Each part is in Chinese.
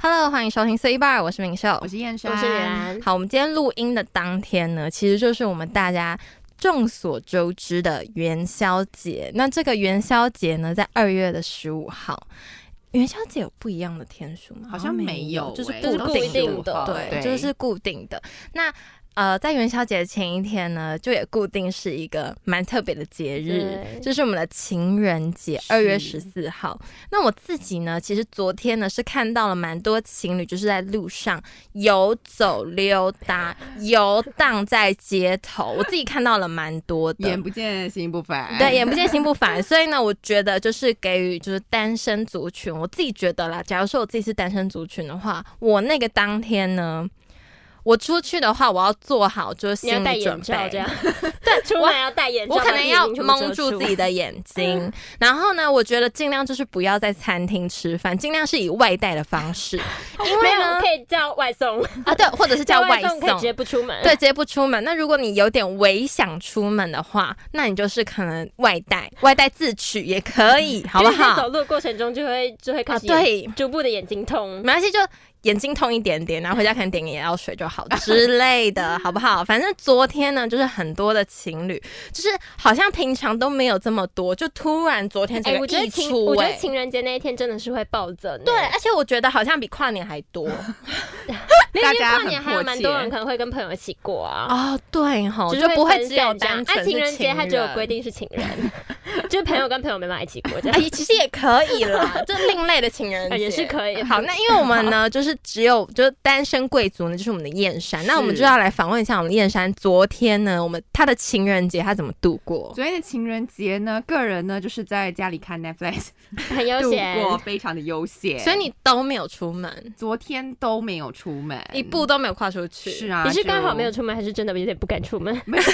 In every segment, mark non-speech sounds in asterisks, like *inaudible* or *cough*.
Hello，欢迎收听 C Bar，我是明秀我。是燕山，我是然，好，我们今天录音的当天呢，其实就是我们大家众所周知的元宵节。那这个元宵节呢，在二月的十五号。元宵节有不一样的天数吗？好像没有、欸，就是我固都固是定15的号对，对，就是固定的。那呃，在元宵节前一天呢，就也固定是一个蛮特别的节日，对就是我们的情人节，二月十是四号。那我自己呢，其实昨天呢是看到了蛮多情侣就是在路上游走溜达、游荡在街头，我自己看到了蛮多的，眼不见心不烦，哎对，眼不见心不烦。所以呢，我觉得就是给予就是单身族群，我自己觉得啦，假如说我自己是单身族群的话，我那个当天呢。我出去的话，我要做好就是你要心戴理准备眼罩，*laughs* 这样，对，出门要戴眼罩，我可能要蒙住住 *laughs* 自己。的眼睛。 *laughs* 然后呢，我觉得尽量就是不要在餐厅吃饭，尽量是以外带的方式 *laughs* 因没为有，呢可以叫外送，啊，对，或者是 *laughs* 叫外送可以直接不出门。对，，直接不出门。那如果你有点微想出门的话，那你就是可能外带，外带自取也可以，好不就是在好走？路的过程中就会就会开啊，始眼，对，逐步的眼睛痛。没关系，就眼睛痛一点点，然后回家可能点个眼药水就好之类的，好不好？反正昨天呢，就是很多的情侣，就是好像平常都没有这么多，就突然昨天这哎，个我觉得溢情，出、我觉哎得情人节那一天真的是会暴增。对，，而且我觉得好像比跨年还 *laughs* 多没有因为大家跨年很还有迫蛮切多人可能会跟朋友一起过啊，哦，对吼，是就不会分只有散这样单纯啊，是情人节它只有人规定是情人， *laughs* 就是朋友跟朋友没办法一起过这样哎、。其实也可以 *laughs* 啦，就另类的情人节、啊也是可以哎 *laughs* 好，那因为我们呢，就是只有就是单身贵族呢，就是我们的燕山，那我们是就要来访问一下我们的燕山，昨天呢，我们他的情人节他怎么度过？昨天的情人节呢，个人呢就是在家里 *laughs* 看 Netflix 很悠度闲，过，非常的悠闲。所以你都没有出门，昨天都没有出门，一步都没有跨出去，是啊，你是刚好就没有出门，还是真的有点不敢出门？没有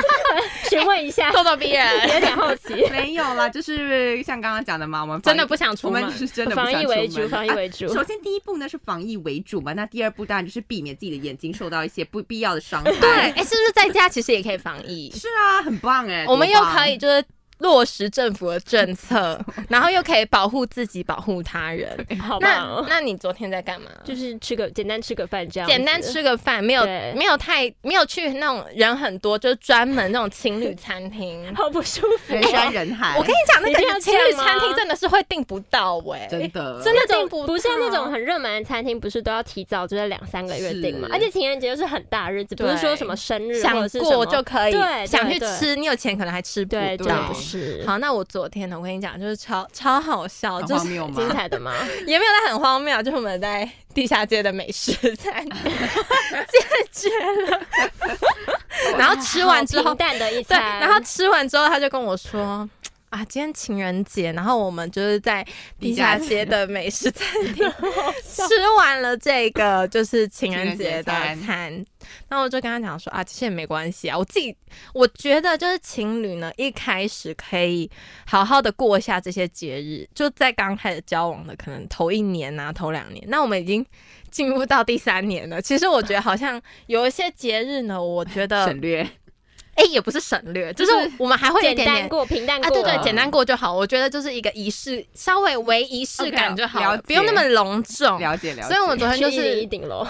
*laughs* 询问 *laughs* 一下，咄咄逼 *laughs* 人，有点好奇。没有啦，就是像刚刚讲的嘛，我们真防疫的不想我出门们。是真的不防想疫出为门主，防疫啊为主。首先第一步呢是防疫为主嘛，那第二步当然就是避免自己的眼睛受到一些不必要的伤害。 *laughs* 对，哎、是不是在家其实也可以防疫？是啊，很棒哎，我们多又棒可以就是落实政府的政 *laughs* 策，然后又可以保护自己，保护他人。好棒那哦，那你昨天在干嘛？就是吃个简单吃个饭这样，简单。 *laughs* 吃个饭，没有对没有太没有去那种人很多，就是专门那种情侣餐 *laughs* 厅。好不舒服人山人 *laughs* 海，我跟你讲，那一定要个情侣这样吗餐厅真的是会订不到哎、真的真那的种订不啊不像那到种很热门的餐厅，不是都要提早就是两三个月订嘛？是而且情人节又是很大日子，不对是说什么生日或者想是什过么就可以，对对想去对吃，你有钱可能还吃不对，真的到不。是好，那我昨天呢，我跟你讲，就是超超好笑，很就荒是谬吗精？彩的吗？也没有在很荒谬，就是我们在地下街的美食餐厅 *laughs* 解决了，然后 *laughs* 吃完之后好平，淡的一对，餐，然后吃完之后，他就跟我说。啊，今天情人节，然后我们就是在地下街的美食餐 *laughs* 厅吃完了这个就是情人节的情人节餐，那我就跟他讲说啊，其实也没关系啊，我自己我觉得就是情侣呢，一开始可以好好的过一下这些节日，就在刚开始交往的可能头一年啊，头两年，那我们已经进入到第三年了。其实我觉得好像有一些节日呢，我觉 *laughs* 得省略，哎、也不是省略，就是就是我们还会有一简点单点。过，平淡啊，过，对嗯对，简单过就好。我觉得就是一个仪式，稍微为仪式感 OK，就啊好了了解不用那么隆重。了解了解。所以我们昨天就去一零一是，顶 *laughs* 楼，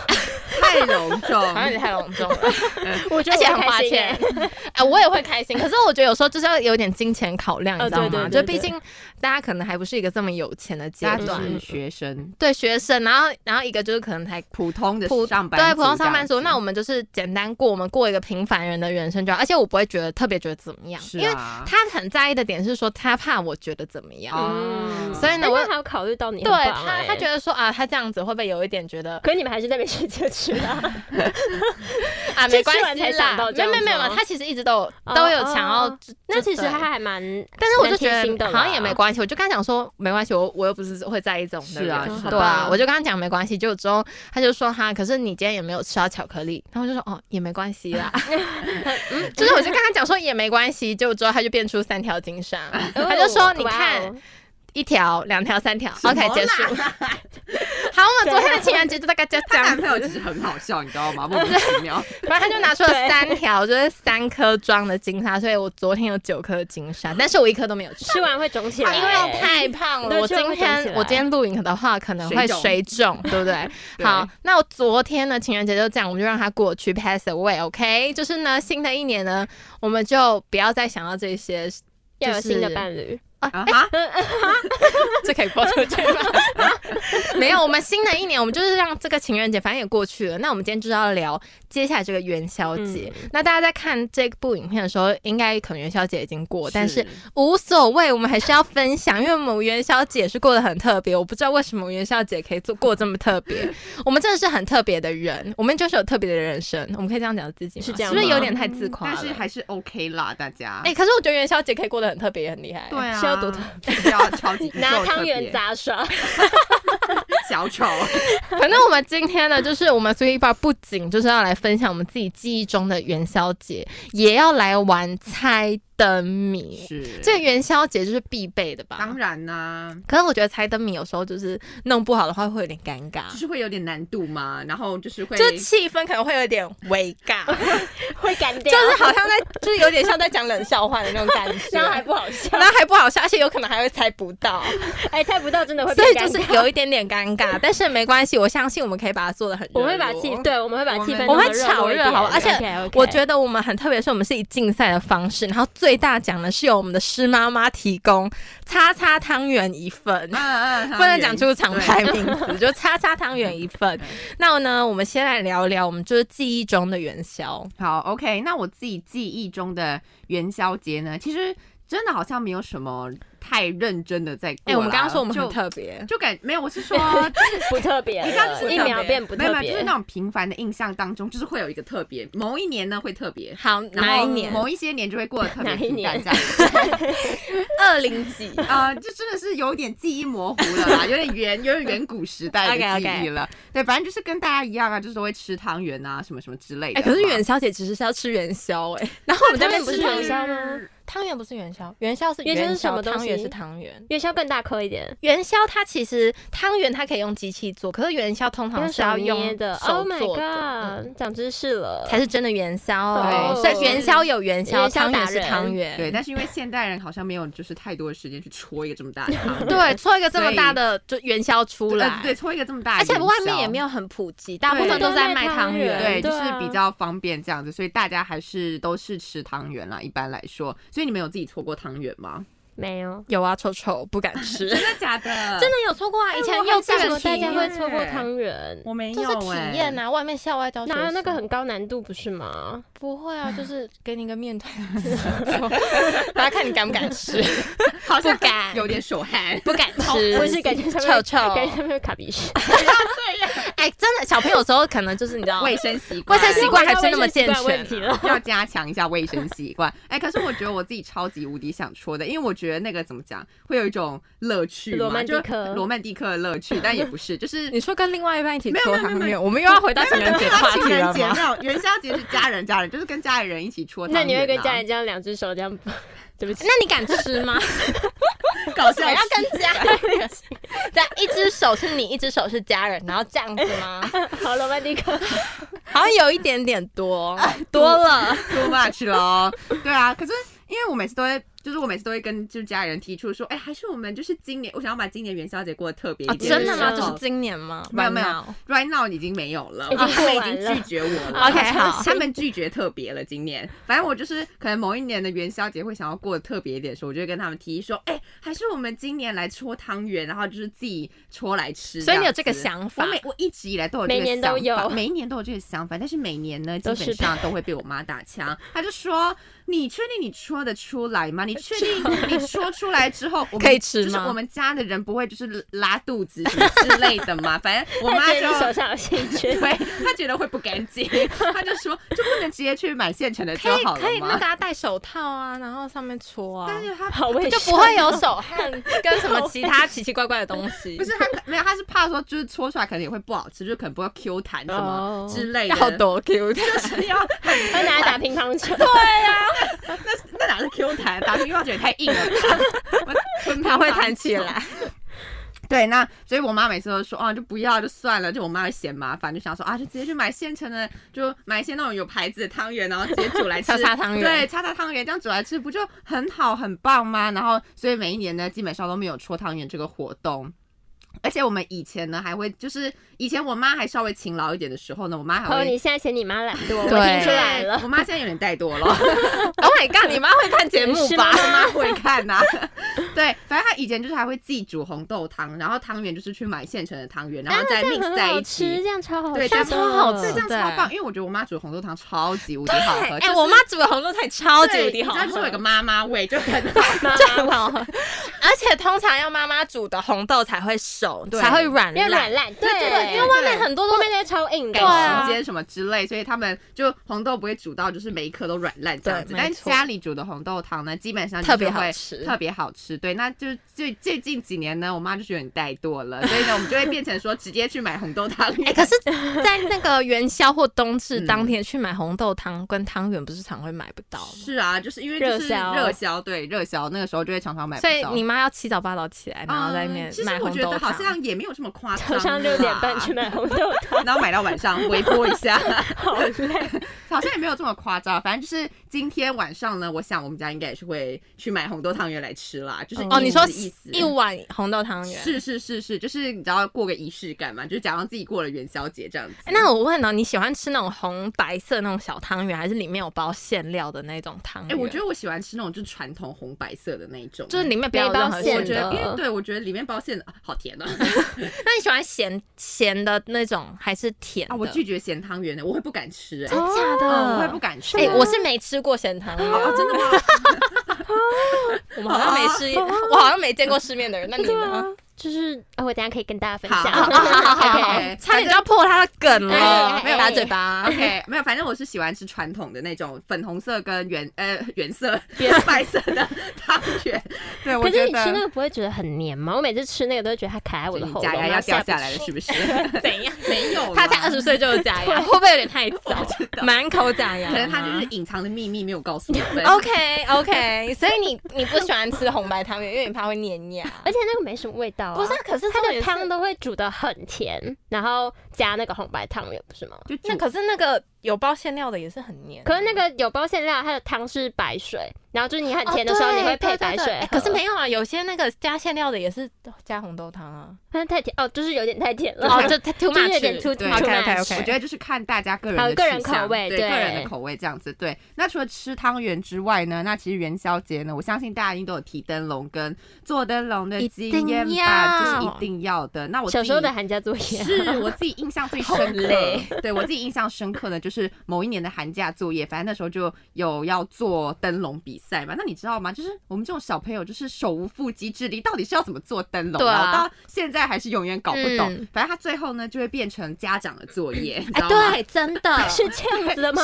太隆重，好像你 *laughs* 太隆重了， *laughs* 我觉而得且我很开花心钱欸。哎， *laughs* 我也会开心，可是我觉得有时候就是要有点金钱考量，你哦知道对吗？对对就对毕竟大家可能还不是一个这么有钱的阶大家段都，嗯是学生，对学生，然后然后一个就是可能才普通的普上班对族普通上班族，这样子那我们就是简单过，我们过一个平凡人的人生就好。而且我不会觉得特别觉得怎么样，是因为啊，他很在意的点是说，他怕我觉得怎么样。哦嗯所以呢哎我那还要考虑到你很对棒欸，他，他觉得说啊，他这样子会不会有一点觉得可是你们还是在美食街吃啊， *laughs* 啊，没吃关完系才啦想，到这没有样没子有没有，吗他其实一直都有哦都有想要哦，那其实对他还蛮，但是我就觉蛮贴心的得啦好像也没关系，我就跟他讲说没关系，我我又不是会在意这种的是啊人是对啊好吧啊，我就跟他讲没关系，就之后他就说啊哈，可是你今天也没有吃到巧克力，然后我就说哦也没关系啦，嗯，就是我就跟他讲说也没关系，就之后他就变出三条金沙，他就说哦你哇哦看一条、两条、三条什么，OK，啦结束。好，我们昨天的情人节就大概就这她样 *laughs* 男子朋。友其实很好笑，你知道 *laughs* 吗？莫名其妙，反正他就拿出了三条，就是三颗装的金沙，所以我昨天有九颗金沙，但是我一颗都没有 *laughs* 吃，吃完会肿起来，因为 *laughs* 太胖了。对我今吃完会肿起天来我今天录影的话，可能会水水肿，对不对？好，那我昨天呢，情人节就这样，我们就让它过去，pass away，OK？、就是呢，新的一年呢，我们就不要再想到这些，要有新就的是伴侣，哎啊哈， *laughs* 这可以播出去吗？没有，我们新的一年，我们就是让这个情人节，反正也过去了。那我们今天就是要聊接下来这个元宵节。那大家在看这部影片的时候，应该可能元宵节已经过，但是无所谓，我们还是要分享，因为我们元宵节是过得很特别。我不知道为什么元宵节可以做过这么特 *laughs* 别，我们真的是很特别的人，我们就是有特别的人生。我们可以这样讲自己吗是这样是不是吗有点太自夸嗯但了？是还是 OK 啦，大家哎、。可是我觉得元宵节可以过得很特别，也很厉害。对啊，是要多特是要 *laughs* 超级拿汤圆砸杂耍，小丑， *laughs* 反正我们今天呢，就是我们 Three Bar 不仅就是要来分享我们自己记忆中的元宵节，也要来玩猜灯谜。是啊这个元宵节就是必备的吧？当然啦、可是我觉得猜灯谜有时候就是弄不好的话会有点尴尬，就是会有点难度嘛，然后就是会就是气氛可能会有点微 *laughs* 尬，会干掉，就是好像在就是有点像在讲冷笑话的 *laughs* 那种感觉， *laughs* 然后还不好笑，然后还不好笑，而且有可能还会猜不 *laughs* 到，哎，猜不到真的会，所以就是。有一点点尴尬，但是没关系，我相信我们可以把它做的很热我络，们会把气，对，我们会把气氛我们弄得会炒热热络一点好吧而且 OK，OK 我觉得我们很特别，是我们是以竞赛的方式，然后最大奖呢是由我们的师妈妈提供叉叉汤圆一份。嗯 *laughs* 嗯，不能讲出厂牌对名字，就叉叉汤圆一 *laughs* 份对。那呢，我们先来聊聊我们就是记忆中的元宵。好，OK，那我自己记忆中的元宵节呢，其实真的好像没有什么太认真的在过啦。哎、我们刚刚说我们很就特别，就感没有，我是 *laughs* 说不特别了，你刚刚就是一特别秒变不没有特没有，别，就是那种平凡的印象当中，就是会有一个特别，某一年呢会特别。好然哪后一年？某一些年就会过得特别哪 *laughs* 一平淡年这样子，二零几？呃，就真的是有点记忆模糊了啦，有点远，有点远古时代的 *laughs* OK，OK 记忆了。对，反正就是跟大家一样啊，就是都会吃汤圆啊，什么什么之类的哎、嘛。可是元宵节其实是要吃元宵哎、然后我们这边不是吃元宵吗？汤圆不是元宵，元宵是元宵是什么东西汤圆是汤圆。元宵更大颗一点，元宵它其实汤圆它可以用机器做，可是元宵通常是要用捏的。手 Oh my 做的。嗯 god，长知识了，才是真的元宵哦，对所以元宵有元宵，元宵汤圆达是人汤圆，对，但是因为现代人好像没有就是太多的时间去戳一个这么大的汤圆， *laughs* 对，搓一个这么大的就元宵出呃来，对，搓一个这么大的而元宵，且外面也没有很普及，大部分都是在卖汤圆，对，就对是啊比较方便这样子，所以大家还是都是吃汤圆啦。一般来说，所以你们有自己搓过汤圆吗？没有。有啊，臭臭不敢吃，真的假的？ *laughs* 真的有搓过啊，以前幼稚为什园么大家体会验错过汤圆？我没有、就欸，是体验啊，外面校外教学哪有那个生很高难度不是吗？哎不会啊，就是给你个面 *laughs* 团，大家看你敢不敢吃，好像不敢有点手 *laughs* *laughs* 汗。不敢吃，不是感觉上面臭臭，感觉上面有卡鼻屎，哎，真的，小朋友有时候可能就是你知道，卫生习卫惯，生 *laughs* 习惯还是那么健 *laughs* 我觉得卫生习全惯啊、问题了。要加强一下卫生习惯。哎、可是我觉得我自己超级无敌想戳的，因为我觉得那个怎么讲，会有一种乐趣嘛，罗曼蒂就克罗曼蒂克的乐趣，但也不是，就 *laughs* 是你说跟另外一半一起没有搓没有汤没有圆，我们又要回到情 *laughs* 人节的话情题人了节吗？没有元宵节是家人家人，就是跟家里人一起戳汤圆、那啊。你会跟家人这样两只手这样？ *laughs* 对不起 *laughs* 那，你敢吃吗？*laughs* 搞我笑？要跟家人，对，一只手是你，一只手是家人，然后这样子吗？好罗曼蒂克，好像有一点点 *laughs* 多，多了。 too much 咯。对啊，可是因为我每次都会，就是我每次都会跟就是家里人提出说，哎、还是我们就是今年，我想要把今年元宵节过得特别一啊，点。真的吗？是这哦是今年吗？没有没有 Right now ，right now 已经没有了，啊已经他过们已完经了拒绝我了。 OK，好他们拒绝特别了。今年，反正我就是可能某一年的元宵节会想要过得特别一点的时候，我就会跟他们提议说，哎、还是我们今年来戳汤圆，然后就是自己戳来吃。所以你有这这个样子想法我每我一直以来都有这个每年想都法有每一年都有这个想法，但是每年呢，基都是本上都会被我妈打枪。她就说：“你确定你戳得出来吗？你确 *laughs* 定你戳出来之后，我们可以吃就是吗我们家的人不会就是拉肚子什么之类的 *laughs* 吗？反正我妈对就你手上有兴 *laughs* 趣，对 *laughs* 她觉得会不干净，她就说就不能直接去买现成的就可以好了可以，那吗？大家戴手套啊，然后上面搓啊但，是她好哦卫就生，不会有手汗跟什么其他奇奇怪怪的东西。 *laughs* 不是她没有，她是怕说就是戳出来可能也会不好吃，就可能不会 Q 弹什么哦之类的。要哎多 Q 的。 *laughs* 就是要很会拿来打乒乓球， *laughs* 那哪是 Q 弹？打乒乓球也太硬了吧！我奔它会跑弹起 *laughs* 来。对，那所以我妈每次都说啊，就不要就算了，就我妈会嫌麻烦，就想说啊，就直接去买现成的，就买一些那种有牌子的汤圆，然后直接煮 *laughs* 来吃。叉叉汤圆对，叉叉汤圆这样煮来吃，不就很好很棒吗？然后所以每一年呢，基本上都没有戳汤圆这个活动。而且我们以前呢，还会就是以前我妈还稍微勤劳一点的时候呢，我妈还哦，你会。现在嫌你妈懒惰，我对听出对来 *laughs* 了。我妈现在有点怠惰了。 *laughs* Oh my god！你妈会看节目是吧吗？我妈会看呐、 *laughs* 对，反正她以前就是还会自己煮红豆汤，然后汤圆就是去买现成的汤圆，然后再啊这样 mix 在很好一吃，起。这样超好吃，哦对这样超好对，吃这样超棒，因为我觉得我妈煮的红豆汤超级无敌好喝。哎、就是我妈煮的红豆菜超级对无敌好你知道就是喝有一个妈妈味，就很好。妈妈好 *laughs* 喝，而且通常要妈妈煮的红豆才会熟，对才会软要烂，软烂，对对对，因为我外面很多后都面那个超硬的，对啊时间什么之类，所以他们就红豆不会煮到就是每一颗都软烂这样子。对没但错家里煮的红豆汤呢，基本上就是特别好会吃特别好吃。对，那就是最最近几年呢，我妈就是有点怠惰了，所以呢，我们就会变成说直接去买红豆汤圆。 *laughs* 哎、可 *laughs* 是，在那个元宵或冬至嗯当天去买红豆汤跟汤圆，不是常会买不到吗？是啊，就是因为就是热销热销，对热销那个时候就会常常嗯买不所到。以你妈要七早八早起来，然后在那边嗯其实买我红觉豆得好汤。像也没有这么夸张早啦，上六点半去买红豆 *laughs* 汤，然后买到晚上微波一下，好累，好像也没有这么夸张。反正就是今天晚上呢，我想我们家应该也是会去买红豆汤圆来吃啦，就是哦，意你说思意思一碗红豆汤圆。是是是是，就是你知道过个仪式感嘛，就是假装自己过了元宵节这样子。哎那我问哦，你喜欢吃那种红白色那种小汤圆，还是里面有包馅料的那种汤哎、圆？我觉得我喜欢吃那种就是传统红白色的那一种，就是里面不要有任何我没包馅觉馅得，的。因为对我觉得里面包馅的啊好甜哦。 *laughs* 那你喜欢咸咸的那种，还是甜的？啊，我拒绝咸汤圆的，我会不敢吃、哎真的假的？嗯我会不敢吃。哎、哎，我是没吃过咸汤圆，哦，真的吗？我们好像没吃，我好像没见过世哦面的人。那你对啊呢？，就是啊，我等一下可以跟大家分好享。好好好好 OK 哎差点就要破他的梗哎哎了哎，哎打嘴巴。 OK，没有，反正我是喜欢吃传统的那种粉红色跟原呃原色原 *laughs* 白色的汤圆。对，我可觉是你得吃那个不会觉得很黏吗？我每次吃那个都会觉得它卡在我的你喉咙，假牙然要后掉不下来了，去是 *laughs* 不是？怎样？没有啦，他才二十岁就有假 *laughs* 牙，会不会有点太早？ *laughs* 满口假牙可吗，能他啊 *laughs* 就是隐藏的秘密没有告诉我们。 OK OK，所以你你不喜欢吃红白汤圆，因为你怕会粘牙。而且那个没什么味道啊。不是啊，可是它重的点是汤都会煮的很甜，然后加那个红白汤圆，不是吗？就煮那可是那个有包馅料的也是很黏。可是那个有包馅料，它的汤是白水，然后就是你很哦甜的时候，对你会对配对白对水哎喝。可是没有啊，有些那个加馅料的也是加红豆汤啊。它太甜哦，就是有点太甜了。哦，这太 too 就是 much，有点 too- OK too OK 我 OK。觉得就是看大家个人还的有个人取向口味对对个人的口味这样子。对，那除了吃汤圆之外呢，那其实元宵节呢，我相信大家一定都有提灯笼跟做灯笼的一经验定吧，这是要一定要的。那我小自时候己的寒假作业啊，是我自己印象最深刻累， *laughs* 对我自己印象深刻的就是某一年的寒假作业，反正那时候就有要做灯笼比赛嘛。那你知道吗？就是我们这种小朋友，就是手无缚鸡之力，到底是要怎么做灯笼对啊我到现在还是永远搞不懂。嗯反正他最后呢，就会变成家长的作业，你知哎道，吗？啊对，真的是这样子的吗？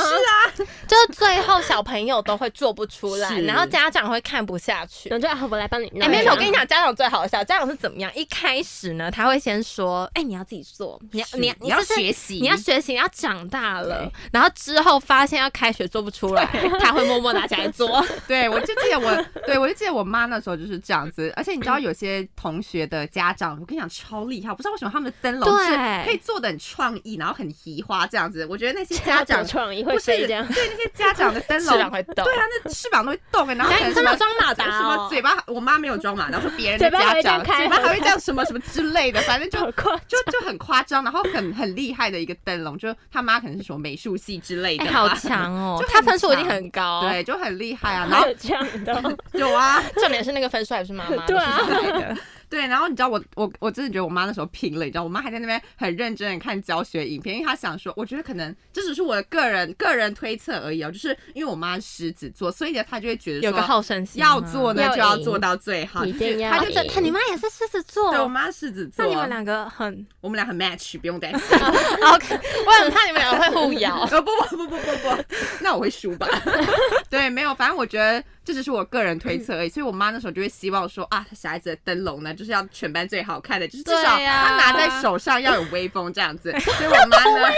就是最后小朋友都会做不出来，是然后家长会看不下去。然后就啊，我来帮你弄。哎、没对有，啊我跟你讲，家长最好笑。家长是怎么样？一开始呢，他会先说：“哎、你要自己做，你要是你要你要就是学习你要学习，你要长大了。”然后之后发现要开学做不出来，他会默默拿起来 *laughs* 做。对，我就记得我，对我就记得我妈那时候就是这样子。而且你知道，有些同学的家长，我跟你讲超厉害，我不知道为什么他们的灯笼是对可以做的很创意，然后很移花这样子。我觉得那些他家有长创意不会是飞这样，对那些家长的灯市笼，长会动。对啊，那翅膀都会动哎、然后哎可能你什真的么。装马达、什哦、么嘴巴？我妈没有装马达，是别人的嘴巴还家会这长样开嘴巴还会这样什么什么之类的，反正就好快。就就很夸张，然后很很厉害的一个灯笼，就他妈可能是什么美术系之类的哎、吧，好强哦就！很他分数一定强很高。，哦对，就很厉害啊。然还后有这样 *laughs* 的哦，有啊， *laughs* 重点是那个分数还不是妈 *laughs* 妈的对啊是出来的。 *laughs* 对，然后你知道我我我真的觉得我妈那时候拼了，你知道我妈还在那边很认真的看教学影片，因为她想说，我觉得可能这只是我的个人个人推测而已哦，就是因为我妈是狮子座，所以呢她就会觉得有个说好胜心吗，要做呢要就要赢做到最好，一就定是要她啊。就就真真赢他，你妈也是狮子座。对我妈狮子座，那你们两个很我们俩很 match，不用担心。 *laughs* OK，我很怕你们两个会互 *laughs* 咬。呃、不不不不不不，那我会输 *laughs* 吧？ *laughs* 对，没有，反正我觉得这只是我个人推测而已，所以我妈那时候就会希望说啊，小孩子的灯笼呢，就是要全班最好看的，就是至对少呀她拿在手上要有威风这样子。 *laughs* 所以我妈呢，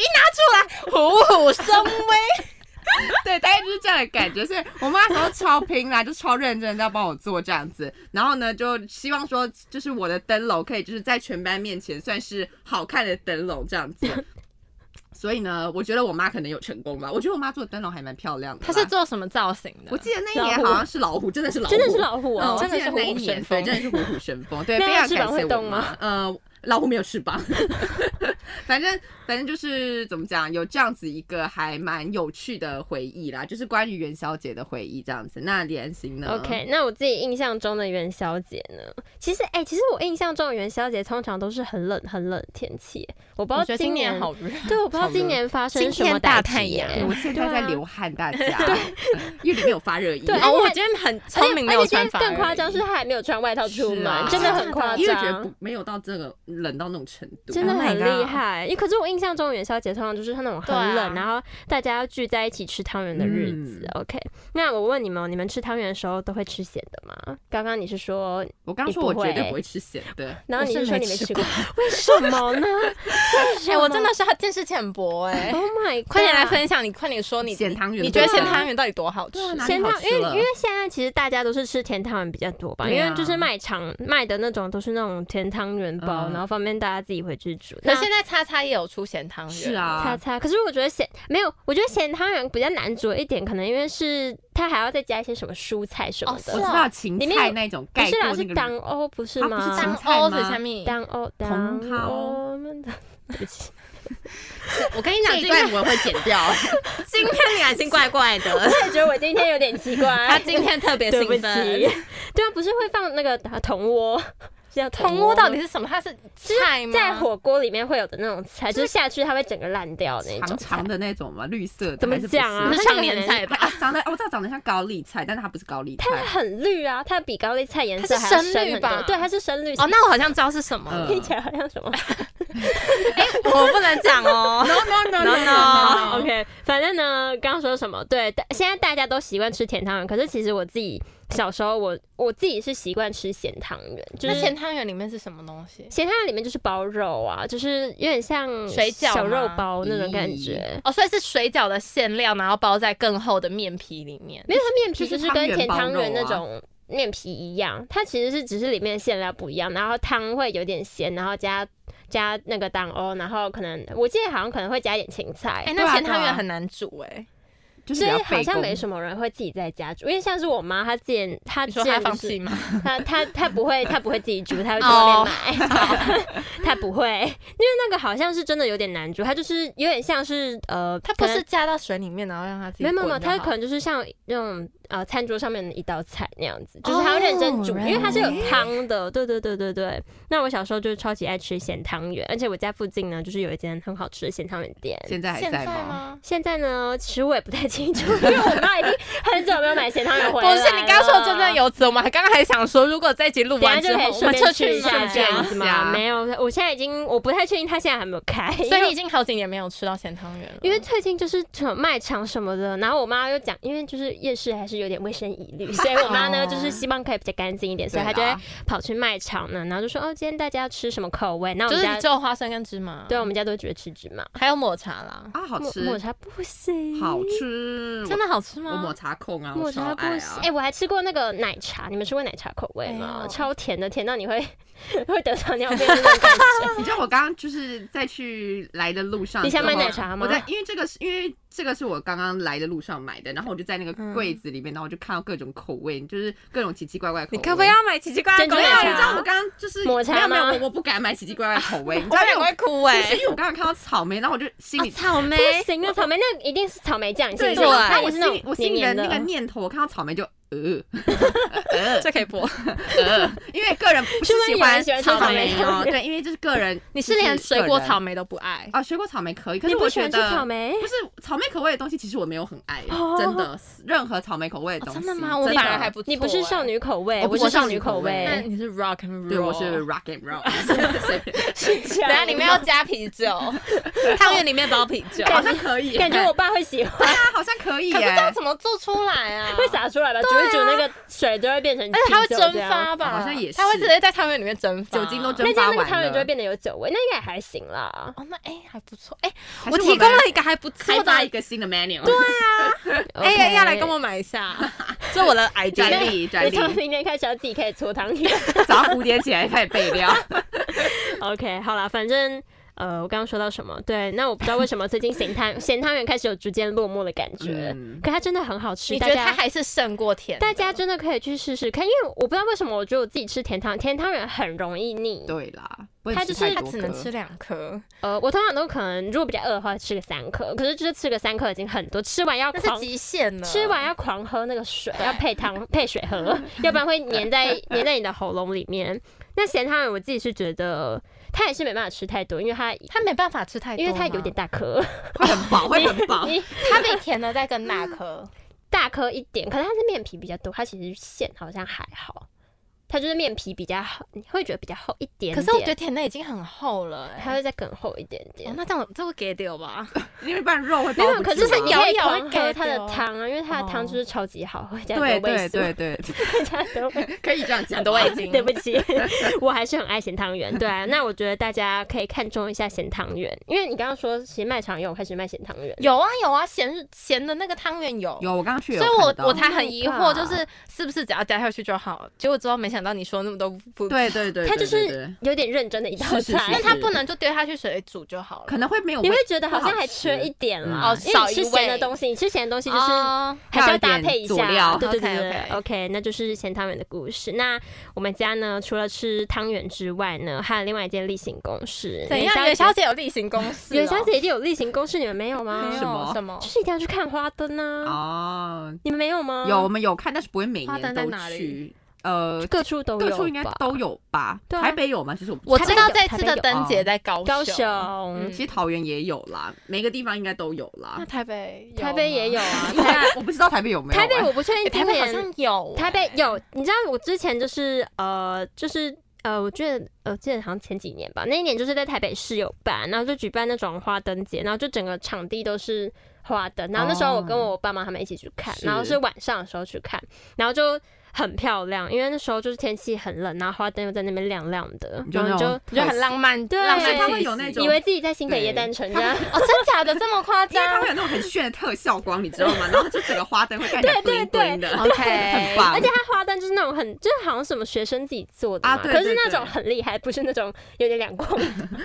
一拿出来，虎虎生威。对，大概就是这样的感觉。所以我妈那时候超拼啦，就超认真地在帮我做这样子。然后呢，就希望说，就是我的灯笼可以就是在全班面前算是好看的灯笼这样 *laughs* 子。所以呢，我觉得我妈可能有成功吧。我觉得我妈做的灯笼还蛮漂亮的啦。 *laughs* 他是做什么造型的？我记得那一年好像是老虎，真的是老虎，真的是老虎啊，嗯，真的是我记得那虎一虎年生对，风。真的是虎虎生风，对， *laughs* 那非它常翅感膀谢会动我妈吗？呃，老虎没有翅膀， *laughs* 反正反正就是怎么讲，有这样子一个还蛮有趣的回忆啦，就是关于元宵节的回忆这样子。那脸型呢 OK，那我自己印象中的元宵节呢？其实，哎、其实我印象中的元宵节通常都是很冷、很冷的天气。我不知我道觉得今今年好热，对，我不知道好热今年发生今什么啊天大歹太疾阳耶我现在在流汗，大家， *laughs* *laughs* 因为里面有发热衣，对哦，而且我今天很 *laughs* 聪明，没而有且穿今天法。更夸张，是他还没有穿外套出门，是啊真的很夸因为觉得张不。没有到这个冷到那种程度，啊真的 Oh my 很厉 God 害，因为可是我印象中元宵节通常就是它那种很对冷，啊然后大家要聚在一起吃汤圆的日子。OK，那嗯我问你们哦，你们吃汤圆的时候都会吃咸的吗？刚刚你是说，我刚你说不我绝对会不会吃咸的，然后你我是是说没你没吃吃过，为什么 *laughs* 呢？为什哎，么？我真的是见识浅薄 *laughs* 哎。 ，Oh my，快点来 god 分享，你快点说你咸汤圆你觉得对啊咸汤圆到底多好吃？对啊哪里咸汤好，吃因为了因为现在其实大家都是吃甜汤圆比较多吧，因对啊为就是卖场卖的那种都是那种甜汤圆包，嗯然后方便大家自己回去煮。可那是现在叉叉也有出咸汤圆，是，啊，擦擦，可是我觉得咸没有，我觉得咸汤圆比较难煮一点，可能因为是它还要再加一些什么蔬菜什么哦我是的知啊。道芹里面菜有那种不盖是啦，过是那个当欧不是啊不是吗？当芹菜欧是吗下面。当欧当茼蒿欧，对不起，我跟你讲，这今一段天我会剪掉。 *laughs* 今天你还是怪怪的，我也觉得我今天有点奇怪。他今天特别对兴不起， *laughs* 奋。对啊，不是会放那个啊铜窝， *laughs* 是叫铜锅到吗底是什么？它是菜吗？在火锅里面会有的那种菜，就是下去它会整个烂掉那种长菜长。的那种嘛，绿色的。怎么还是不讲啊不是 *laughs* 是上年菜吧？啊，长得我知道长得像高丽菜，但是它不是高丽菜它。会很绿啊，它比高丽菜颜色它是还要深深绿很吧多。对，它是深绿色。哦，那我好像知道是什么了。嗯 *laughs* 听起来好像什么我不能讲 *laughs* 哦。 no no, no no, no. ？OK，反正呢，刚刚说什么？对，但现在大家都习惯吃甜汤圆，可是其实我自己小时候我，我自己是习惯吃咸汤圆，就那是咸汤圆里面是什么东西？咸汤圆里面就是包肉啊，就是有点像水饺小肉吗包那种感咦觉。哦，所以是水饺的馅料，然后包在更厚的面皮里面。没有，它面皮就是就是汤跟圆甜包汤圆肉那啊种面皮一样，它其实是只是里面的馅料不一样，然后汤会有点咸，然后加加那个蛋欧，然后可能我记得好像可能会加一点芹菜。哎，对那啊咸对汤圆啊很难煮哎。就是所比以较好费像工。没什么人会自己在家煮，因为像是我妈，她之前她你之说前他就放是弃吗？她她她不会，她不会自己煮，她会去外哦面买。 *laughs* 她不会，因为那个好像是真的有点难煮，它就是有点像是呃， *laughs* 它可不能是加到水里面，然后让它自己没有没有没有，滚就好它可能就是像那种呃餐桌上面的一道菜那样子，就是它要认真煮哦 right 因为它是有汤的。对对对对对。那我小时候就是超级爱吃咸汤圆，而且我家附近呢就是有一间很好吃的咸汤圆店。现在还现在在吗？吗？现在呢，其实我也不太清楚， *laughs* 因为我妈已经很久没有买咸汤圆不回来了。是，你刚刚说真正有此，我们还刚刚还想说，如果这一集录等一完之下就可后，以我顺们啊就便去去一下买这样子这样子吗？啊没有，我现在已经我不太确定它现在还没有开，所因为以已经好几年没有吃到咸汤圆了，因为最近就是什么卖场什么的，然后我妈又讲，因为就是夜市还是有点卫生疑 *laughs* 虑，所以我妈呢哦就是希望可以比较干净一点，所以她就对会啊啦跑去卖场呢，然后就说哦，今天大家要吃什么口味？那我就们是家你只有花生跟芝麻，对我们家都觉得吃芝麻，还有抹茶啦，啊，好抹吃，抹茶嗯不行，好吃，真的好吃我。我抹吗？茶控啊，抹我超茶不爱行啊。。哎、我还吃过那个奶茶，你们吃过奶茶口味吗没？有超甜的，甜到你会 *laughs* 会得糖尿病的那种感觉。 *laughs* 你知道我刚刚就是在去来的路上，你想买然后奶茶吗我在，因为这个是因为这个是我刚刚来的路上买的，然后我就在那个嗯柜子里面，然后我就看到各种口味，就是各种奇奇怪怪口味。你可不可以要买奇奇怪怪珍珠的没有，奶你茶知道我刚刚就是抹茶没有没有，吗我我不敢买奇奇怪怪的口味，你知我道因为两我个会哭不哎是，因为我刚刚看到草莓，然后我就心里啊草莓不行，那草莓那一定是草莓酱，你信不对信？对它但也我是心那里我种心黏里的黏的那个念头，我看到草莓就呃呃这可以 *laughs* 播。呃，因为个人不是是不是喜有人欢喜欢吃草草莓莓哦，对，因为就是个人，你是连水果草莓莓都不爱？啊，水果草莓可以，可你是不我喜觉欢吃得草莓？不是草莓口味的东西，其实我没有很爱，哦真的，任何草莓口味的东西，真的吗？我真反而还不错。欸你不是少，女口味，我不我是是少少女女口口味那 *laughs* 味。你是 rock and roll。对，我是 rock and *laughs* *laughs* roll，啊等下里 *laughs* 面啊要加啤酒，汤圆里面包啤酒。好像可以耶，感觉我爸会喜欢，啊，好像可以可是这样耶，怎么做出来啊？会？洒出来吧？猪一煮，那个水就会变成而且它会清酒蒸这样发吧？好像也是它会直接在汤圆里面蒸发，酒精都蒸那这样那个发完汤圆就会了变得有酒味，那应该也还行啦。哦，那哎、还不错，哎、还是我提们供了一个还不开错的，发一哎、个新的 menu，对，哎要来跟我。我买一 *laughs* 下，这我的 idea 专。利专你利，从明天开始要自己开始搓汤圆。早上五点起来开始备料。 OK，好啦，反正呃，我刚刚说到什么？对，那我不知道为什么最近 *laughs* 咸汤咸汤圆开始有逐渐落寞的感觉，嗯可它真的很好吃，你大觉得它家。还是胜过甜的？大家真的可以去试试看，因为我不知道为什么，我觉得我自己吃甜汤甜汤圆很容易腻。对啦，不能它吃就是太它多只能颗吃两颗，呃，我通常都可能如果比较饿的话，吃个三颗，可是就是吃个三颗已经很多，吃完要那是狂极限了。吃完要狂喝那个水，要 *laughs* 配汤配水喝，要不然会粘在粘在你的喉咙里面。那咸汤圆我自己是觉得它也是没办法吃太多，因为它它没办法吃太多因吗，为它有点大颗，会很饱，会很饱。你它比甜的再更大颗。大颗一点，可是它是面皮比较多，它其实馅好像还好，它就是面皮比较厚，你会觉得比较厚一点 *laughs* 点。可是我觉得甜的已经很厚了、它哎，会再更厚一点点哦，。那这样这会给掉吧？因为不然肉会没包有，不可住是啊你可以咬一咬狂会给喝它的掉汤啊，因为它的汤哦就是超级好喝，加对多味对素，对对，加多味素。 *laughs* 可以这样 *laughs* 讲很多味吗精对不起， *laughs* 我还是很爱咸汤圆。对啊、那我觉得大家可以看重一下咸汤圆，因为你刚刚说其实卖场也有开始卖咸汤圆， *laughs* 有啊有啊，咸咸的那个汤圆有。有，我刚刚去有所看以到，我我才 Oh 很 my 疑惑，就 God 是是不是只要加下去就好？结果之后没想到你说那么多不，对对对，它对就对是对有点认真的一道是是菜。但它不能就丢下去水里煮就好了。可能会没有你味会觉得好像还缺一点啦，嗯哦因少为你一吃咸味的东西，你吃咸的东西就是哦还是要搭配一要下有点佐料，对对对 OK，OK 对 OK，那就是咸汤圆的故事。那我们家呢，除了吃汤圆之外呢，还有另外一件例行公事。怎样？元元宵宵节有例行公事、哦，哦元宵节一定有例行公事，你们没有吗没？什有么什么就？是一定要去看花灯啊！哦，你们没有吗？有我们有看，但是不会每花年灯在都哪里去。呃，各处都有吧，各处应该都有吧？对啊台北有吗？其实我不我知知道道台这北有次的灯节在哦高雄，高雄、嗯其实桃园也有啦，每个地方应该都有啦那。台北有吗台北也有， *laughs* 啊。台台我不知道台北有没有欸。台北我不确诶定哎台今北好年像有、哎台北诶，有，你知道我之前就是呃，就是呃，我记得呃，记得好像前几年吧，那一年就是在台北市有办，然后就举办那种花灯节，然后就整个场地都是花灯，然后那时候我跟我爸妈他们一起去看，是然后是晚上的时候去看，然后就。很漂亮，因为那时候就是天气很冷，然后花灯又在那边亮亮的，你就然后那种你就我觉得很浪漫，对浪漫所以它会气息有那种以为自己在新北耶对诞城这样，哦，真假的这么 *laughs* 夸啊因为它张会有那种很炫的特效光，你知道吗？然后就整个花灯会看起来对对冰冰的， ？OK，很棒。而且它花灯就是那种很，就是好像什么学生自己做的嘛，啊对可是对那对种很厉害，不是那种有点两光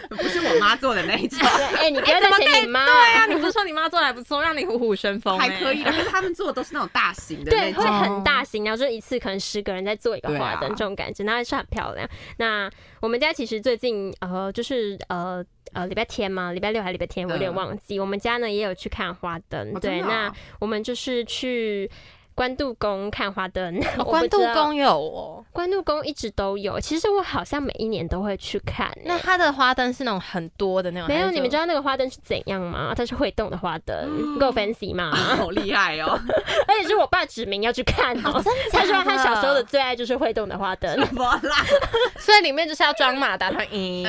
不是我妈做的那一 *laughs* 种，对，哎、你不要再嫌你妈、对啊，你不是说你妈做的还不错，让你虎虎生风、哎还可以的。可是他们做的都是那种大型的那对，种会，很大型，然后就一次可能十个人在做一个花对啊灯、这种感觉，那还是很漂亮。那我们家其实最近呃，就是呃呃礼拜天嘛，礼拜六还是礼拜天，我有点嗯忘记。我们家呢也有去看花灯，哦对，真的那啊我们就是去。关渡宫看花 *laughs* 灯，哦，我不关渡知道，宫有哦，关渡宫一直都有。其实我好像每一年都会去看、欸那它的花灯是那种很多的那种，没还有，是你们知就道那个花灯是怎样吗？它是会动的花 *gasps* 灯，够 fancy 吗？好厉害哦！ *laughs* 而且是我爸指名要去看哦、他说他小时候的最爱就是会动的花灯。怎么啦？所以里面就是要装马 *laughs* 达，它咦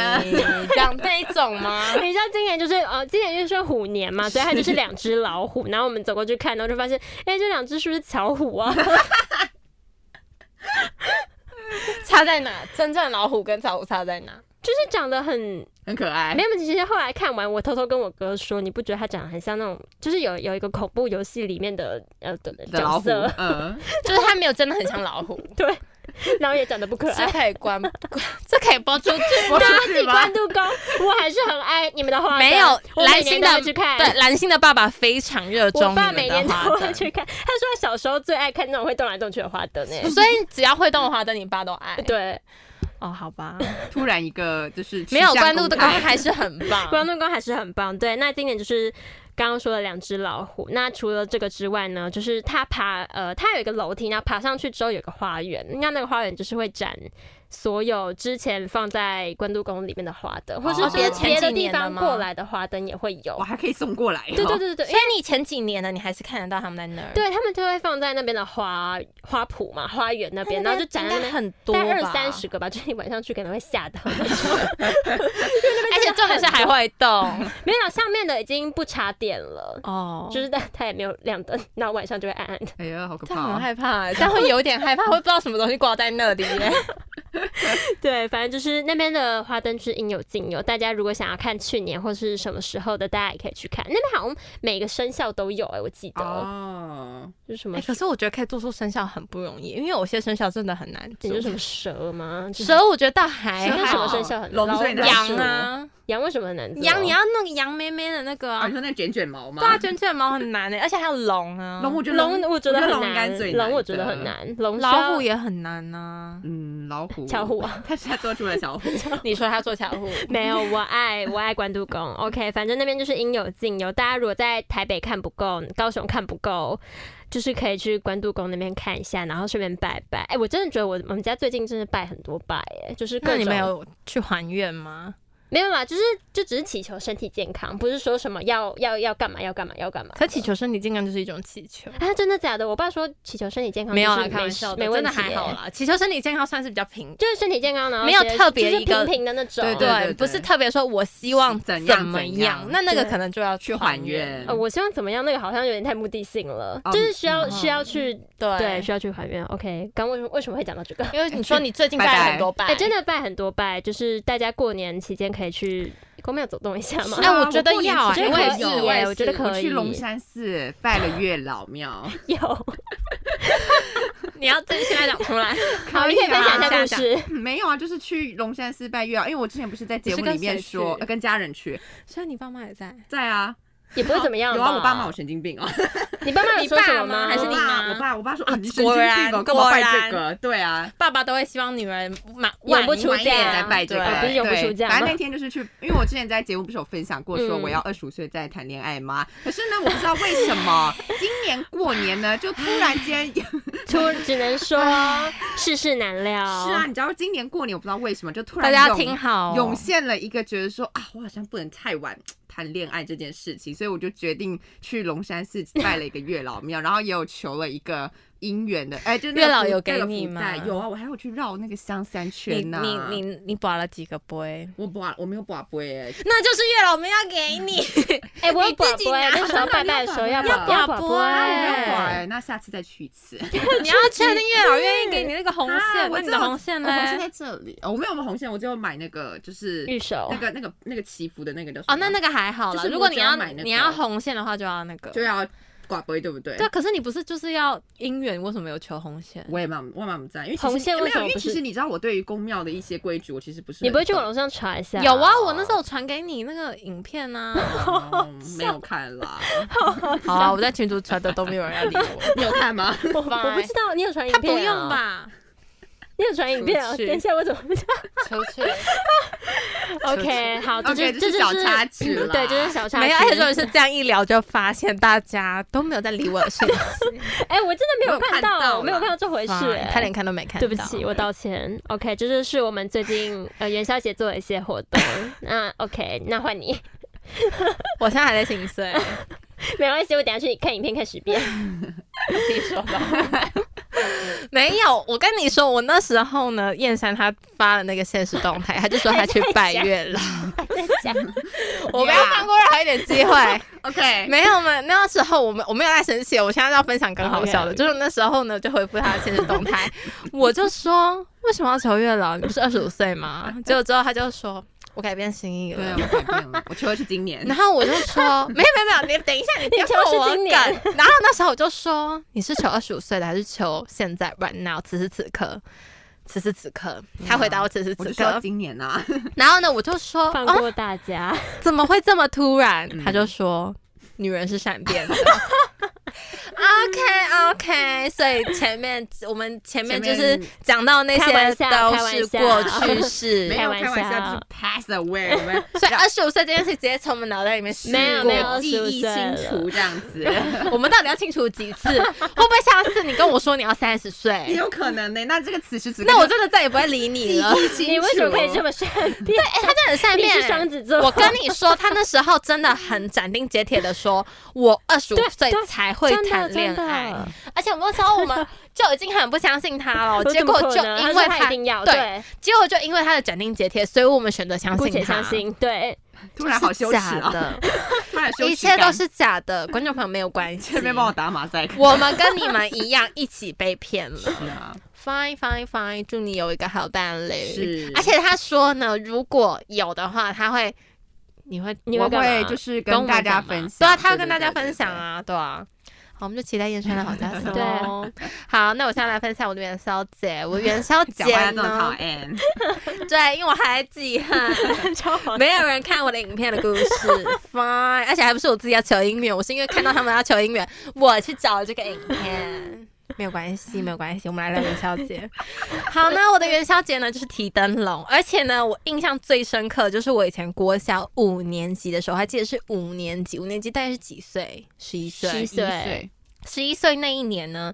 这样那一种吗？ *laughs* 你知道今年就是呃，今年就是虎年嘛，所以它就是两只老虎。然后我们走过去看，然后就发现，哎、这两只是不是巧虎啊？差在哪？真正的老虎跟草虎差在哪？就是长得很很可爱没。有。其实后来看完，我偷偷跟我哥说，你不觉得它长得很像那种，就是有有一个恐怖游戏里面的呃的的老角虎色，，嗯，就是它没有真的很像老 *laughs* 虎，然后也长得不 *laughs* 可这爱。可以关，关这可以播出去吗我？大出家自去己吧关。渡宫，我还是很爱你们的花灯。没有我蓝每心年的都会去看。对，蓝心的爸爸非常热衷我你爸们每的年都花会灯，去看，他说他小时候最爱看那种会动来动去的花灯诶、所以只要会动的花灯，你爸都爱。对，哦，好吧，突然一个就是没有取向关注的公光开还是很 *laughs* 棒。关渡宫还是很棒。对，那今年就是刚刚说的两只老虎。那除了这个之外呢，就是它爬呃，它有一个楼梯，然后爬上去之后有个花园，那那个花园就是会展。所有之前放在关渡宫里面的花灯，或者哦是别别的别的前几地年的方吗过来的花灯也会有我。还可以送过来哦。对对对对所对，以你前几年呢，你还是看得到他们在那儿。对他们就会放在那边的花花圃嘛，花园那那边，边，然后就展在那应该边很多大概吧二三十，个吧，就是你晚上去可能会吓 *laughs* 到。而且重点是还会动。没有，上面的已经不插电了。 *laughs* 哦，就是但它也没有亮灯，那晚上就会暗 *laughs* 暗的。哎呀，好可但很怕、哦！害怕、欸，但会有点害怕， *laughs* 会不知道什么东西挂在那里耶、对，反正就是那边的花灯是应有尽有，大家如果想要看去年或是什么时候的，大家也可以去看。那边好像每个生肖都有哎、我记得、哦，就是什么哎，可是我觉得可以做出生肖很不容易，因为有些生肖真的很难你做说。什么蛇吗？就是蛇我觉得倒还蛇那还什么好好，生肖很龙老最难羊蛇啊，羊为什么很难做？羊你要那个羊咩咩的那个、啊，啊你，说那卷卷毛吗？对啊，卷卷毛很难诶、而且还有龙啊，龙，我觉得龙，我觉我觉得得很龙应该难最，难龙我觉得的很难，龙老虎也很难啊呐、嗯，老虎，巧虎，啊，他他做出了 *laughs* 巧虎，你说他做巧虎，没有，我爱我爱关渡宫。OK，反正那边就是应有尽有。大家如果在台北看不够，高雄看不够，就是可以去关渡宫那边看一下，然后顺便拜拜。哎、我真的觉得我我们家最近真的拜很多拜，哎，就是 *laughs* *laughs* 各那你种们有去还愿吗？没有啦，就是就只是祈求身体健康，不是说什么要要要干嘛要干嘛要干嘛。可祈求身体健康就是一种祈求，啊，真的假的？我爸说祈求身体健康没有就啦，是开玩笑的，没真问题、的还好哎啦。祈求身体健康算是比较平，就是身体健康，然后没有觉得特别就是一个平平的那种。对对对对不是特别说我希望怎怎样么怎样那那个对可能就要去还还愿呃，我希望怎么样？那个好像有点太目的性了，哦就是需要嗯需要去对对需要去还愿。OK，刚为什么为什么会讲到这个？因为你说你最近拜拜了拜很多拜，哎、真的拜很多拜，就是大家过年期间可以去公庙走动一下嘛是。啊我觉得要哎我也是有，哎也我觉得是可我去以龙山寺拜了月老 *laughs* 庙， *laughs* 有，你要自己现在讲出来。可你可以分享一下故事。没有啊，就是去龙山寺拜月老，因为我之前不是在节目里 *laughs* 面你是跟说谁去要跟家人去， *laughs* 所以你爸妈也在，在啊，也不会怎么样有吧啊，我爸骂我，神经病哦，你爸妈有你说爸什么吗吗？还是 *laughs* 我你爸妈我爸我爸说啊，你神经哦果病然哦，干嘛拜果这个？对啊，爸爸都会希望女儿满养晚不出晚一一点点嫁在再拜这个，哦对不是有不出对嫁吗反正那天就是去，因为我之前在节目不是有分享过，说嗯我要二十五岁再谈恋爱吗？可是呢，我不知道为什 *laughs* 么今年过年呢，就突然间，是出只能说世事难料。啊，，你知道今年过年我不知道为什么就突大然家要涌听好哦，涌现了一个觉得说啊，我好像不能太晚谈恋爱这件事情，所以我就决定去龙山寺拜了一个月老庙，然后也有求了一个姻缘的，哎，就 *laughs* 那个月老福有给那个你福袋吗有啊，我还有去绕那个香三你圈呢、你你你拔了几个杯？ *laughs* 我不我没有把杯、哎那就是月老们要给 *laughs* 你，哎、我有你宝自己贝，拿那时候真的拜拜的时候要要宝宝贝要要宝宝贝，贝啊我没有哎把哎那下次再去一次。你要确定月老愿意给你那个红线，啊我那你的红线我红嘞？线在这里，哦我没有红线，我只有买那个就是玉手那个那个那个祈福的那个叫什么哦，那那个还好就啦。是如果你要我只要买那个你要红线的话，就要那个就。要挂杯，对不对？对，可是你不是就是要姻缘，为什么有求红线？我也蛮我也蛮不在，因为其实红线没为什么有，因为不其是实你知道我对于宫庙的一些规矩，我其实不是你不会去很网络上查一下？有啊，我那时候传给你那个影片啊。 *laughs* 懂哦没有看 *laughs* 啦，好啊，我在群主传的都没有人要理我。你有 *laughs* 看吗？我我不知道你有传影他片、哦不用？吧？你有传影片啊？出去等一下，我怎么不知道？求去。 *laughs* OK，好，这 OK，就这这是就是小插曲啦对，这就是小插曲。没有，而且重点是这样一聊就发现大家都没有在理我的讯 *laughs* 息，哎，我真的没有我有看看到，到我没有啦看到这回事，欸哎他连啊看都没看到。对不起，我道歉。OK，这就是我们最近呃元宵节做的一些活 *laughs* 动。那 OK，那换你，我现在还在心碎。没关系，我等一下去看影片看十遍。自己说吧。 *laughs* 没有，我跟你说，我那时候呢，燕山他发了那个现实动态，他就说他去拜月 *laughs* 老，真假我不要放过任何一点机 *laughs* 会。 *laughs* OK，没有嘛，那时候我们我没有在生气，我现在要分享更好笑的 OK 就是那时候呢，就回复他的现实动 *laughs* 态，我就说为什么要求月老？你不是二十五岁吗？ *laughs* 结果之后他就说，我改变心意对，啊了。我改变了，我求的是今年然。后我就 *laughs* 说，没有没有没有，你等一下，你不要你求的是我今梗。年然后那时候我就说，你是求二十五岁的，还是求现在 right now 此时此刻？此时此刻，他回答我此嗯时我此就刻说。今年啊，然后呢，我就说，放哦，过大家，怎么会这么突然？嗯他就说，女人是善变 *laughs* 的。OK OK，所以前面我们前面就是前面讲到那开玩些笑都开玩是笑过 *laughs* 去式没，有开玩开玩笑，笑就是 pass away，*laughs* 我们所以二十五岁这件事直接从我们脑袋里面洗没有过没有记忆清除这样子， *laughs* *laughs* 我们到底要清楚几次？会不会下次你跟我说你要三十也岁，有可能呢。那这个此时此刻，那我真的再也不会理你记了？忆清除，你为什么可以这么善变？哎、他真的很善你变、是 *laughs* 双子座，我跟你说，他那时候真的很斩钉截铁的说，我二十五对岁对才会真的谈恋真的爱，哦而且我们那时候我们就已经很不相信他 *laughs* 了，我结怎么果可就能因他为说他一定要对，对，结果就因为他的斩钉截铁，所以我们选择相姑信且他。 *laughs* 相信，对，突然好羞耻假啊！的，突然羞耻一切都感是假的，观众朋友没有关系前。面帮我打马赛克。我们跟你们一样，一起被骗了。是啊， Fine, fine, fine，祝你有一个好伴侣。是而且他说呢，如果有的话，他会，你会，你我会干嘛会就是跟跟我大家讲嘛分享。对啊，他会跟对大家对对分享啊，对啊。好，我们就期待燕川的好家乡对哦。好，那我现在来分享我的元宵节。我元宵对。 *laughs* 讲节话这么讨呢，欸厌，对，因为我还记恨，超好没有人看我的影片的 *laughs* 故事，fine，而且还不是我自己要求音乐，我是因为看到他们要求音 *laughs* 乐，我去找了这个影片。没有关系，没有关系，我们来聊元宵节。好，那我的元宵节呢，就是提灯笼，而且呢，我印象最深刻就是我以前国小五年级的时候，还记得是五年级，五年级大概是几岁？十一岁， 11岁岁，十一岁那一年呢，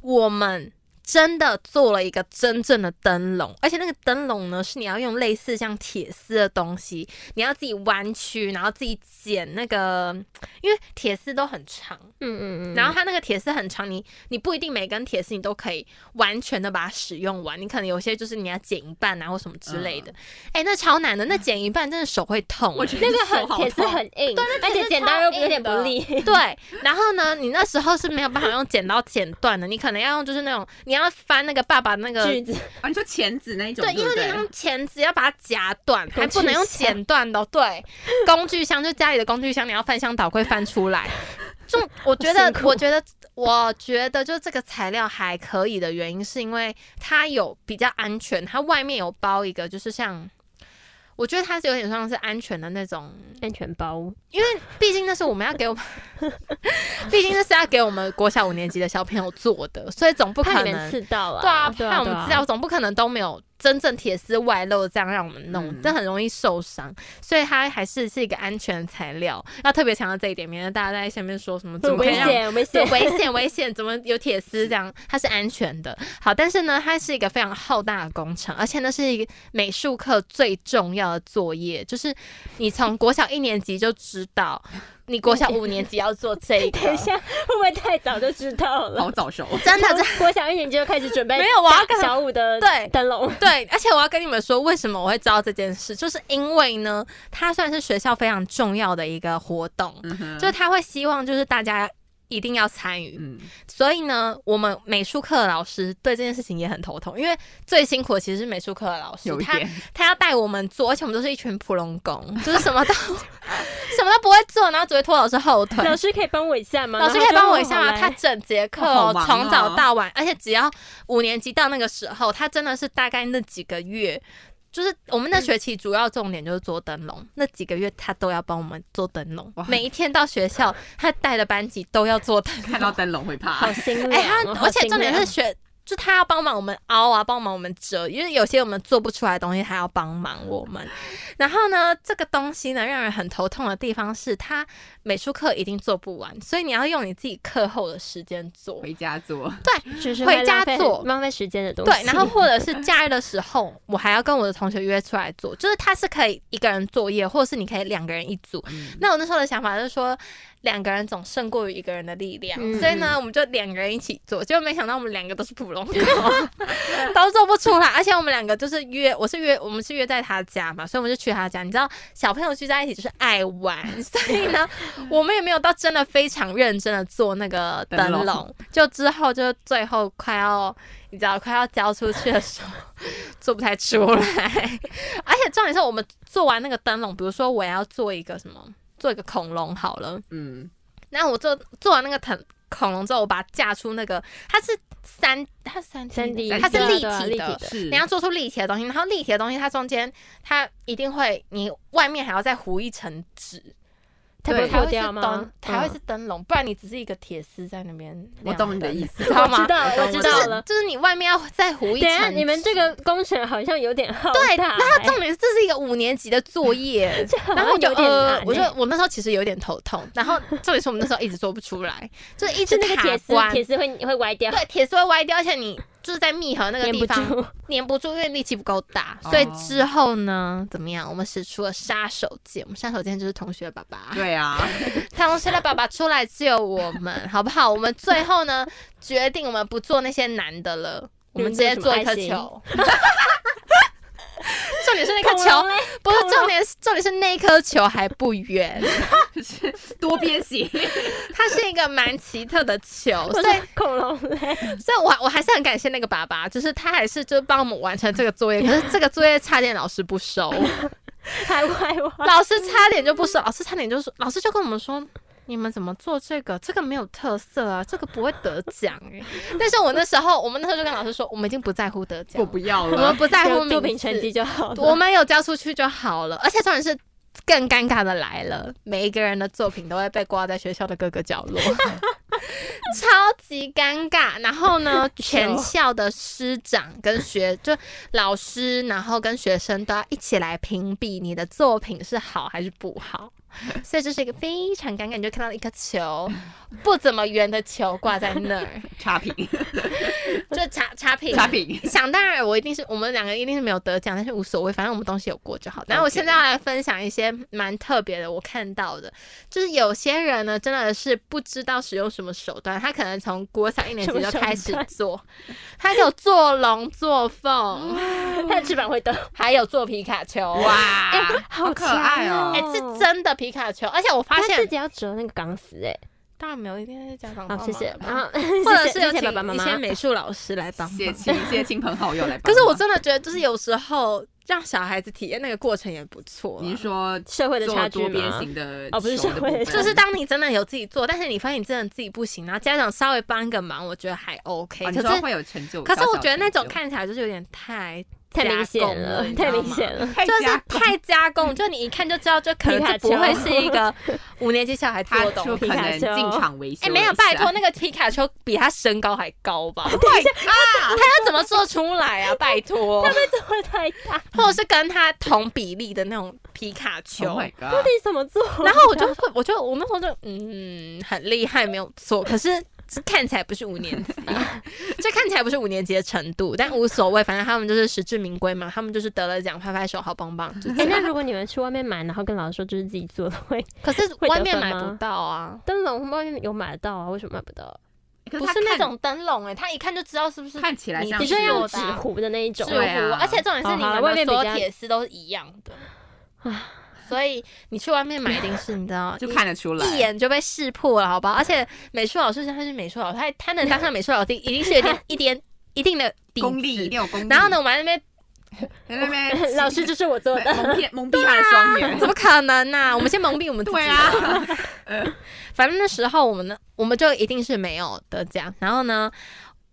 我们真的做了一个真正的灯笼，而且那个灯笼呢，是你要用类似像铁丝的东西，你要自己弯曲，然后自己剪那个，因为铁丝都很长，嗯嗯嗯，然后它那个铁丝很长，你你不一定每根铁丝你都可以完全的把它使用完，你可能有些就是你要剪一半啊或什么之类的，哎、那超难的，那剪一半真的手会痛、欸我觉得那个手很好铁丝痛很硬，而铁且丝剪刀又超有点硬不的利， *laughs* 对，然后呢，你那时候是没有办法用剪刀剪断的，你可能要用就是那种你要翻那个爸爸那个锯子啊，你说钳子那一种，对，因为不那对？用钳子要把它夹断，还不工具能用箱剪断的哦。对，工具箱就家里的工具箱，你要翻箱倒柜翻出来。就我觉 *laughs* 好得辛，苦我觉得，我觉得，就这个材料还可以的原因，是因为它有比较安全，它外面有包一个，就是像，我觉得它是有点像是安全的那种，安全包，毕竟那是我们要给我们， *laughs* 毕竟那是要给我们国小五年级的小朋友做的，所以总不可怕能你们刺到对啊，啊，怕我们知对啊道，总不可能都没有真正铁丝外露，这样让我们弄嗯，这、很容易受伤，所以它还是是一个安全材料，要特别强调这一点，免得大家在下面说什么怎很么可危以让。险，对危险，危险，危险！怎么有铁丝这样？它是安全的。好，但是呢，它是一个非常浩大的工程，而且那是一个美术课最重要的作业，就是你从国小一年级就知道，你国小五年级要做这个。等一下，会不会太早就知道了？好早熟， *laughs* 真的，真的从国小一年级就开始准备哦没有我要打跟小五的对灯笼，对，而且我要跟你们说，为什么我会知道这件事，就是因为呢，它算是学校非常重要的一个活动，嗯哼就是他会希望就是大家一定要参与，嗯，所以呢，我们美术课的老师对这件事情也很头痛，因为最辛苦的其实是美术课的老师有，一他 *laughs* 点他要带我们做，而且我们都是一群普龙工， *laughs* 就是什么都什么都不会做，然后只会拖老师后腿，老师可以帮我一下吗？老师可以帮我一下吗？他他整节课好哦忙哦从、早到晚，而且只要五年级到那个时候，他真的是大概那几个月，就是我们那学期主要重点就是做灯笼，那几个月他都要帮我们做灯笼嗯哇，每一天到学校，他带的班级都要做灯看到笼。灯笼会怕好，辛苦，哎、他好而且心啊重点凉是学。就他要帮忙我们凹啊，帮忙我们折，因为有些我们做不出来的东西，他要帮忙我们。然后呢，这个东西呢，让人很头痛的地方是，他美术课一定做不完，所以你要用你自己课后的时间做。回家做，就是回会家浪费做浪费时间的东西。对，然后或者是假日的时候，我还要跟我的同学约出来做，就是他是可以一个人作业，或者是你可以两个人一组。嗯那我那时候的想法就是说，两个人总胜过于一个人的力量，嗯所以呢，我们就两个人一起做，结果没想到我们两个都是 *laughs* 普通狗，都做不出来，而且我们两个就是约，我是约，我们是约在他家嘛，所以我们就去他家。你知道，小朋友聚在一起就是爱玩，所以呢，我们也没有到真的非常认真的做那个灯灯笼，就之后就最后快要。你知道快要交出去的时候，做不太出来。而且重点是我们做完那个灯笼，比如说我要做一个什么，做一个恐龙好了，嗯，然后我做做完那个藤恐龙之后，我把它架出那个，它是三，它是三三 D 的它是对啊立对啊体立的体。是，你要做出立体的东西，然后立体的东西它中间它一定会，你外面还要再糊一层纸，它不对会才破会是掉吗灯，？才会嗯是灯笼，不然你只是一个铁丝在那边。我懂你的意，思，知道吗我知？道了，我知就道是了。就是你外面要再糊一等一下，层，你们这个工程好像有点浩对，大然后欸重点是这是一个五年级的作业， *laughs* 然然后后我就有点呃难，我就欸我那时候其实有点头痛，然后重点是我们那时候一直做不出来，就一直是那个卡铁丝，关铁丝会会歪掉，对，铁丝会歪掉，而且你就是在密合那个粘地不方住。粘不住，因为力气不够大，哦所以之后呢，怎么样？我们使出了杀手锏，我们杀手锏就是同学的爸爸，对啊，同学的爸爸出来救我们，好不好？我们最后呢，决定我们不做那些难的了，我们直接做一颗你们球。 *laughs* 重点是那颗球恐龙嘞，不是重点，重点是那颗球还不 *laughs* 圆，就是多 *laughs* 边形。它是一个蛮奇特的球，我所以是恐龙嘞，所以我还我还是很感谢那个爸爸，就是他还是就帮我们完成这个作业，可是这个作业差点老师不收，还歪歪。老师差点就不收，老师差点就说，老师就跟我们说。你们怎么做这个？这个没有特色啊，这个不会得奖哎、 *laughs* 但是我那时候，我们那时候就跟老师说，我们已经不在乎得奖我，不要我们了，不在乎有作名品次成绩就好了。我们有交出去就好了。而且重点是，更尴尬的来了，每一个人的作品都会被挂在学校的各个角落， *laughs* 超级尴尬。然后呢，全校的师长跟 *laughs* 学就老师，然后跟学生都要一起来评比你的作品是好还是不好。所以这是一个非常尴尬，你就看到一颗球不怎么圆的球挂在那儿，*laughs* 差评，就差差评差评。想当然，我一定是我们两个一定是没有得奖，但是无所谓，反正我们东西有过就好。然后我 OK 现在要来分享一些蛮特别的，我看到的，就是有些人呢真的是不知道使用什么手段，他可能从国小一年级什么就手开始段做， *laughs* 他有做龙、做凤， *laughs* 它的翅膀会动，还有做皮卡丘。 *laughs* 哇，哇，啊 *laughs* 好可爱哦哎、是真的皮卡丘，而且我发他自现己要折那个钢丝哎。当然没有，一定是家长好， *laughs* 帮 *laughs* 谢谢。忙的然吧后或者是谢有谢爸爸妈请一些妈。美术老师来帮忙谢。亲谢亲朋好友来 *laughs* 帮忙。可是我真的觉得，就是有时候让小孩子体验那个过程也不错啦。啊 *laughs* 您说社会的做差距多边吗？形的哦不是球的社会的部分就是当你真的有自己做，但是你发现你真的自己不行，然后家长稍微帮一个忙，我觉得还 OK、哦你可说是会有成就，可是我小小觉得那成种就看起来就是有点太太明显加工了了，你知太道明吗 *laughs* 显了。太就加是太加工，就你一看就知道，就可能皮卡这丘不会是一 *laughs* 个五年级小孩做他的就东西。可皮卡能丘进场维修。哎、没有，拜 *laughs* 托，，那个皮卡丘比他身高还高吧？ *laughs* 快啊！他怎么做出来啊？拜托， *laughs* 这会太大，或者是跟他同比例的那种皮卡丘。 Oh my 到 god！底怎么做？然后我就会，我就我那时候就嗯，很厉害，没有错。可是看起来不是五年 *laughs* 级，就看起来不是五年级的程度，但无所谓，反正他们就是实至名归嘛，他们就是得了奖，拍拍手，好棒棒。就哎、那如果你们去外面买，然后跟老师说这是自己做的，会可是会得外面分买吗不到啊， *laughs* 灯笼外面有买得到啊？为什么买不到？可不他是那看种灯笼哎，他一看就知道是不是看起来你像不你是说要用纸纸糊的那一种，纸对啊糊，而且重点是哦你好了们外的面比所有较铁丝都是一样的，所以你去外面买一定是你知道就看得出来，一眼就被识破了，好吧？而且美术老师他是美术老师，他他能当上美术老师，一定是有 *laughs* 点一点一定的底功力一子。定有功力。然后呢，，我们还在那边在那 *laughs* 边 *laughs* *laughs* 老师这是我做的，蒙骗蒙蔽他的双眼怎。么可能呢、我们先蒙蔽我们自己。对啊， *laughs* 反正那时候我们呢，我们就一定是没有得奖。然后呢，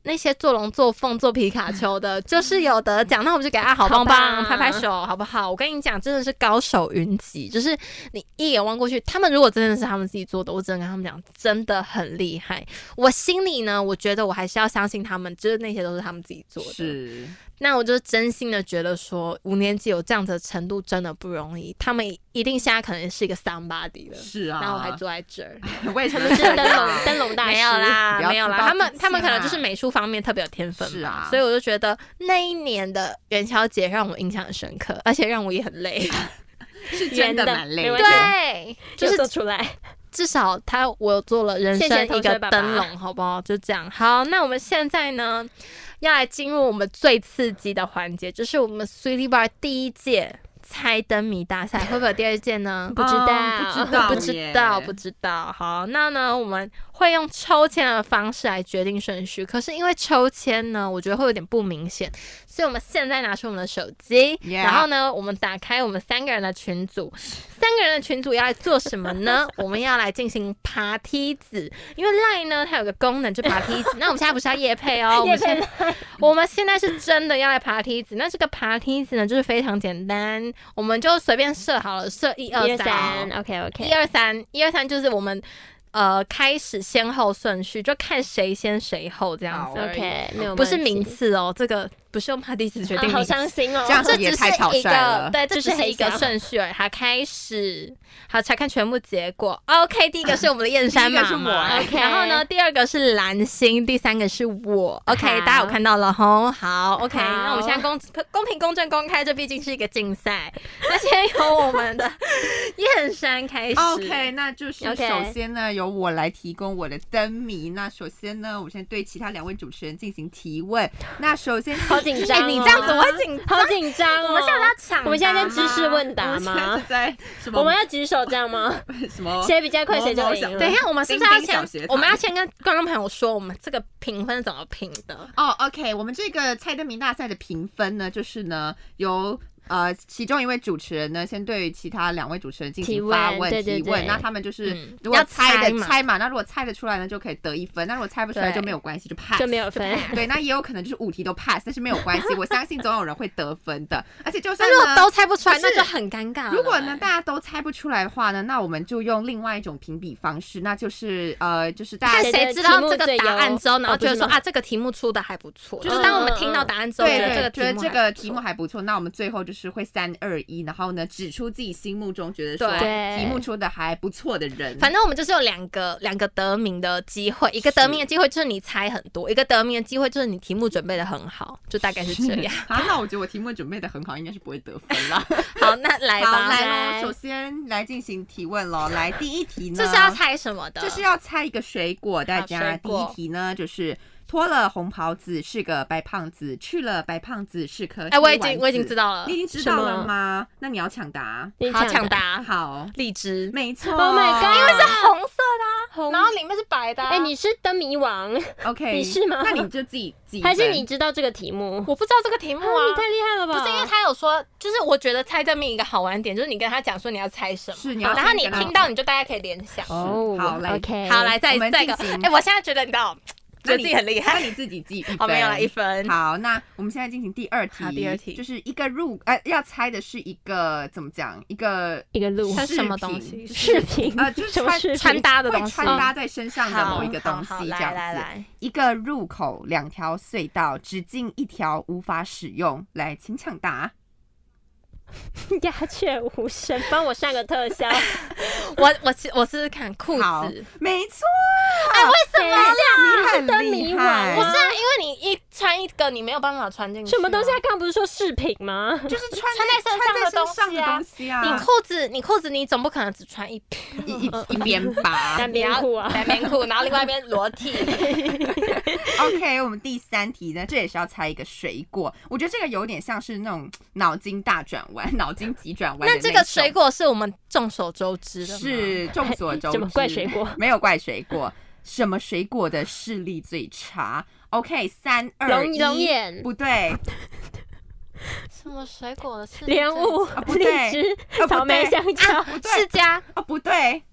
那些做龙、做凤、做皮卡丘的，就是有得奖，那我们就给他好棒棒，好吧拍拍手，好不好？我跟你讲，真的是高手云集，就是你一眼望过去，他们如果真的是他们自己做的，我只能跟他们讲，真的很厉害。我心里呢，我觉得我还是要相信他们，就是那些都是他们自己做的。是那我就真心的觉得说，五年级有这样子的程度真的不容易，他们一定现在可能是一个 somebody 了。是啊，然后我还坐在这儿，为什么是灯这样笼灯笼大师。没有啦 *laughs* 啊不，要没有啦，自暴他们自弃啊他们可能嘛就是美术方面特别有天分吧是啊所以我就觉得那一年的元宵节让我印象很深刻，而且让我也很累。是真的蛮累圆的的没而关且系。 *laughs* 对，就有做是出来，至少他我有做了人谢谢生同一学个爸爸灯笼，好不好？就这样。好，那我们现在呢，要来进入我们最刺激的环节，就是我们 Sweetie Bar 第一届猜灯谜大赛，会不会有第二届呢？不知道哦不知道，不知道，不知道。好，那呢，我们会用抽签的方式来决定顺序。可是因为抽签呢，我觉得会有点不明显，所以我们现在拿出我们的手机 Yeah 然后呢，我们打开我们三个人的群组。三个人的群组要来做什么 *laughs* 呢？我们要来进行爬梯子，因为 LINE 呢它有个功能就爬梯 *laughs* 子。那我们现在不是要夜配哦，我们叶现佩在我们现在是真的要来爬梯子。那这个爬梯子呢，就是非常简单，我们就随便设好了，设一二 *laughs* 一二三三。，OK 一 OK，二三，一二三就是我们呃开始先后顺序，就看谁先谁后这样子而已。 OK，没有问题不是名次哦，这个不是用帕蒂斯决啊定好名次。伤心哦，这样 *laughs* 这子只也是太草一率个了，对，这这只是是黑一个箱顺序而已。好，开始，好，查看全部结果。OK，第一个是我们的燕山 *laughs* 第一妈个是我妈 OK 然后呢，第二个是蓝星，第三个是我。OK，好大家有看到了吼？好，OK，好那我们现在公公平、公正、公开，这毕竟是一个竞赛。那先由我们的燕山开始。哎 OK，那就是首 OK 先呢，由我来提供我的灯谜。那首先呢，我先对其他两位主持人进行提问。那首先好紧哎、张、哦，你这样子我会紧张。 *laughs* 好紧张哦。我们现在要抢答吗，我们现在在知识问我答们现在吗是？在什么？我们要举手这样吗？ *laughs* 什么？谁比较快谁就某某小赢等了一。哦下，我们是不是要丁丁小学先堂？我们要先跟观众朋友说，我们这个评分是怎么评的？哦、o k 我们这个猜灯谜大赛的评分呢，就是呢由。呃，其中一位主持人呢，先对其他两位主持人进提行问发问、对对提对问，那他们就是、嗯如果要猜猜的嘛猜嘛，那如果猜得出来呢，就可以得一分；那如果猜不出来就没有关系，就 pass 就没有分。对，那也有可能就是五题都 pass，但是没有关系，我相信总有人会得分的。而且就算那如呢果都猜不出来，啊不是那就很尴尬了。如果呢，大家都猜不出来的话呢，那我们就用另外一种评比方式，那就是呃，就是大看家谁谁知道这个答案之后，题目最优然后觉得说哦不是吗啊，这个题目出的还不错。就是嗯当我们听到答案之后，对觉得这对个题目觉得这还个题目还不错，那我们最后就是会三二一，然后呢指出自己心目中觉得说对题目出的还不错的人。反正我们就是有两个两个得名的机会，一个得名的机会就是你猜很多，一个得名的机会就是你题目准备的很好，就大概是这 *laughs* *laughs* 样。啊，那我觉得我题目准备的很好，应该是不会得分 *laughs* 啦。好，那来好，吧，来来喽，首先来进行提问喽。来，第一题呢，这是要猜什么的？就是要猜一个水果，大家水第一果题呢就是脱了红袍子是个白胖子，去了白胖子是颗哎，我黑已经丸我已经子知道了你已，经知什道了么吗？那你要抢答，你好抢答，好，荔枝，没错 Oh my god！因为是红色的啊，红然后里面是白的啊。哎、你是灯 *laughs* 谜王， OK，你是吗那你就自己记，还是你知道这个题目？我不知道这个题目啊啊你。太厉害了吧！不是因为他有说，就是我觉得猜灯谜一个好玩点，就是你跟他讲说你要猜什么，是你要然后先你跟他听到你就大概可以联想。哦，好来 OK，好，来再我们再一个，进行哎，我现在觉得你知道，觉得那你自己很厉那 *laughs* 害。你自己 *laughs* 记一分，好，哦没有了一分。好，那我们现在进行第二题，好第二题就是一个入，呃，要猜的是一个怎么讲，一个一个路它是什么饰东西品就是视频呃就是什么穿视频穿搭的东会西，穿搭在身上的好某一个东西好好，这来样子。来来，一个入口，两条隧道，只进一条，无法使用。来，请抢答。鸦雀无声，帮我上个特 *laughs* 效。我我试我试试看裤好子，，啊没错，等一下，你是灯谜王不是吗？啊，因为你一穿一个，你没有办法穿进去啊。什么东西啊？刚刚不是说饰品吗？就是穿穿在在身上的穿在身上的东东西啊，你裤子，你裤子，你总不可能只穿一边一一一边拔单。边裤啊，单边裤，然后另外一边裸体。 OK，我们第三题呢，这也是要猜一个水果。我觉得这个有点像是那种脑筋大转弯、 *laughs* 脑筋急转弯的那种。这个水果是我们众所周知的吗？是众所周知，怎么怪水果？没有怪水果，什么水果的视力最差？OK，三二龙一龙眼不 *laughs* 对，什么水果的是莲雾啊、不 *laughs* 荔对枝啊、草莓、香蕉。不对世家，哦，不对，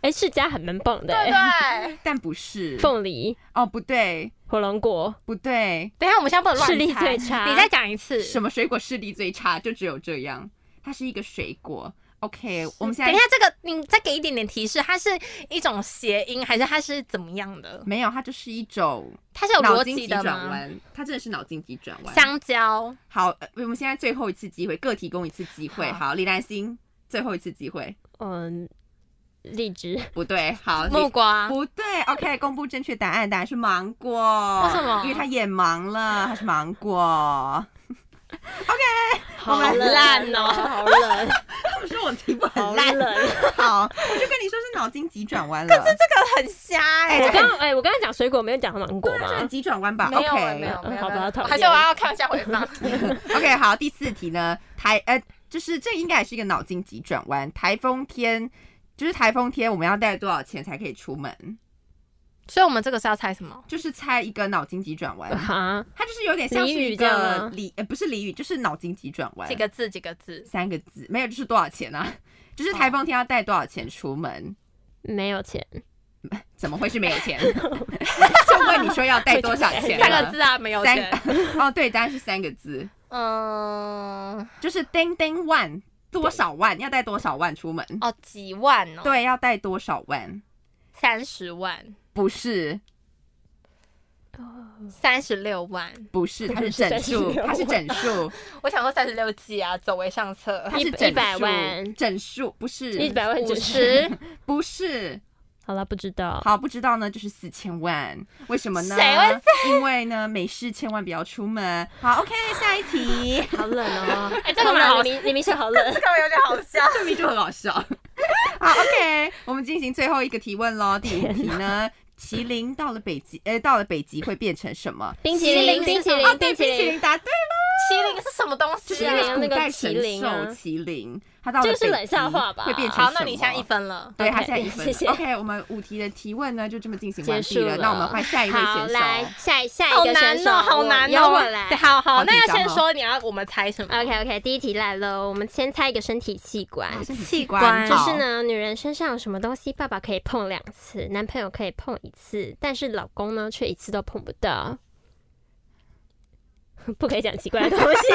哎，世家还蛮棒的对不欸，对？但不是凤梨、哦，不对，火龙果。不对，等一下，我们现在不能乱猜视力最差你再讲一次。什么水果视力最差？就只有这样，它是一个水果。OK，我们现等在一下，这个你再给一点点提示，它是一种谐音，还是它是怎么样的？没有，它就是一种它是有脑逻筋急辑的转吗？弯，它真的是脑筋急转弯。香蕉，好，呃我们现在最后一次机会，各提供一次机会。好好，李兰心，最后一次机会，嗯，荔枝，不对，好，木李瓜，不对，OK，公布正确答案，答案是芒果。为什么因为他眼盲了，他是芒果。 *laughs* 好们烂冷哦 *laughs* 好冷，他们说我题目好很烂，冷。好，我就跟你说是脑筋急转弯了。可是这这个很瞎哎 *laughs* 我刚刚哎，我刚刚讲水果没有讲芒果吗？啊急转弯吧没有哎没？OK 有没有，好吧没有讨厌还是我要看一下回放。 *laughs* OK，好，第四题呢，台呃，就是这应该也是一个脑筋急转弯。台风天，就是台风天，我们要带多少钱才可以出门？ *laughs* 所以我们这个是要猜什么？就是猜一个脑筋急转 *laughs* 弯， *laughs* 哈，它就是有点像是俚一语这样个吗俚，呃，不是俚语，就是脑筋急转弯。几个字？几个字？三个字，没有就是多少钱啊？就是台风天要带多少钱出门？没有钱，怎么会是没有钱？ *laughs* 就问你说要带多 *laughs* 少钱？三个字，啊，没有三钱。哦，对，答案是三个字，嗯，就是叮叮万多少万，要带多少万出门？哦，几万哦，对，要带多少万？三十万，不是，三十六万。不是，它是是整数， 36它是整数，我想说三十六计啊，走为上策。它是一整一百数万整数不一是，百万五整十，不是。 *laughs* 好了，不知道。好，不知道呢，就是四千万，为什么呢？谁会 *laughs* 因为呢，没事千万不要出门。好，OK，下一 *laughs* 题。好冷哦！哎、这个蛮好你明你明说好冷， *laughs* 这个有点好笑。这名就很好笑。好，OK，我们进行最后一个提问喽。第五题呢，麒麟到了北极，呃，到了北极会变成什么？ *laughs* 冰淇淋，冰冰淇淇淋啊，淋，哦对，冰淇冰淇淋淋，答对了，麒麟是什么东就是西那啊？个啊古那个代麒神麟兽啊麒麟，它到了这个是北冷笑极话吧会变成好，那你什现在么一分了。对， OK，他现在一分了。谢谢 OK，我们五题的提问呢，就这么进行完结毕束了。那我们换下一位好，选来手。下一下好一个难选手，哦，好我难由哦！ *laughs* 我来对。好好，好那紧要张先哦说你要我们猜什么 OK OK，第一题来喽，我们先猜一个身体器官。啊身体器器官官就好是呢，女人身上有什么东西，爸爸可以碰两次，男朋友可以碰一次，但是老公呢，却一次都碰不到。 *laughs* 不可以讲奇怪的东西， *laughs*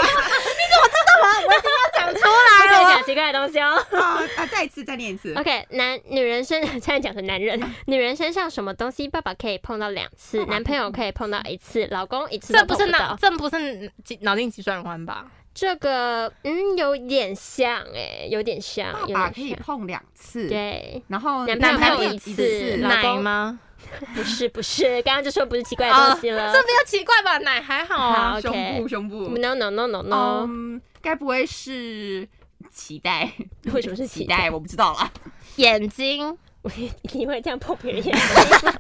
讲出不可以来哦。讲奇怪的东西哦。啊啊！再一次，再念一次。 OK，男女人身 *laughs* 现在讲成男人，女人身上什么东西，爸爸可以碰到两次，男朋友可以碰到一次，老公一次这都不碰是到。脑，这不是脑脑筋急转弯吧？这个嗯，有点像哎、有点像，爸有爸点可以像。碰两次，对，然后男朋友友碰一一次老奶公吗？不是不是，刚刚就说不是奇怪的东西了。哦这比较奇怪吧？奶还好啊好。胸 OK 哦部，胸部。 No no no no no，、嗯，该不会是脐带？为什么是啊脐脐带带？我不知道啦。眼睛、 *laughs* 我你会这样碰别 *laughs* 人眼睛吗？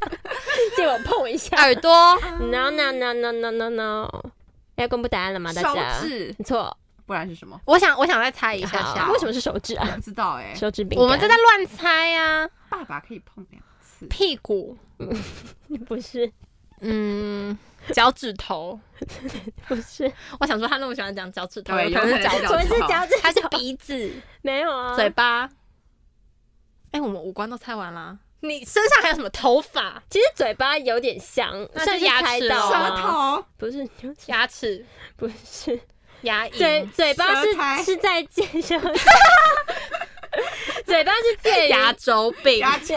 借我碰一下。耳朵、 No no no no no no no，要公布答案了吗？大手家？指，错，不然是什么？我想，我想再猜一下下好，。为什么是手指啊不？知道哎。手指饼干。我们这在乱猜呀、啊？爸爸可以碰两次，屁股，不是嗯，脚趾头。不是，我想说他那么喜欢讲脚趾头，对可能是有可能是趾脚头我趾们是脚趾，还是鼻子、没有啊？嘴巴。哎、我们五官都猜完啦。你身上还有什么头发、其实嘴巴有点像，那算就是牙猜齿到哦舌了头，不是牙齿、不是嗯牙龈、嘴嘴巴舌苔是是在健身， *laughs* 嘴巴是介于牙周病、牙 *laughs* 齿，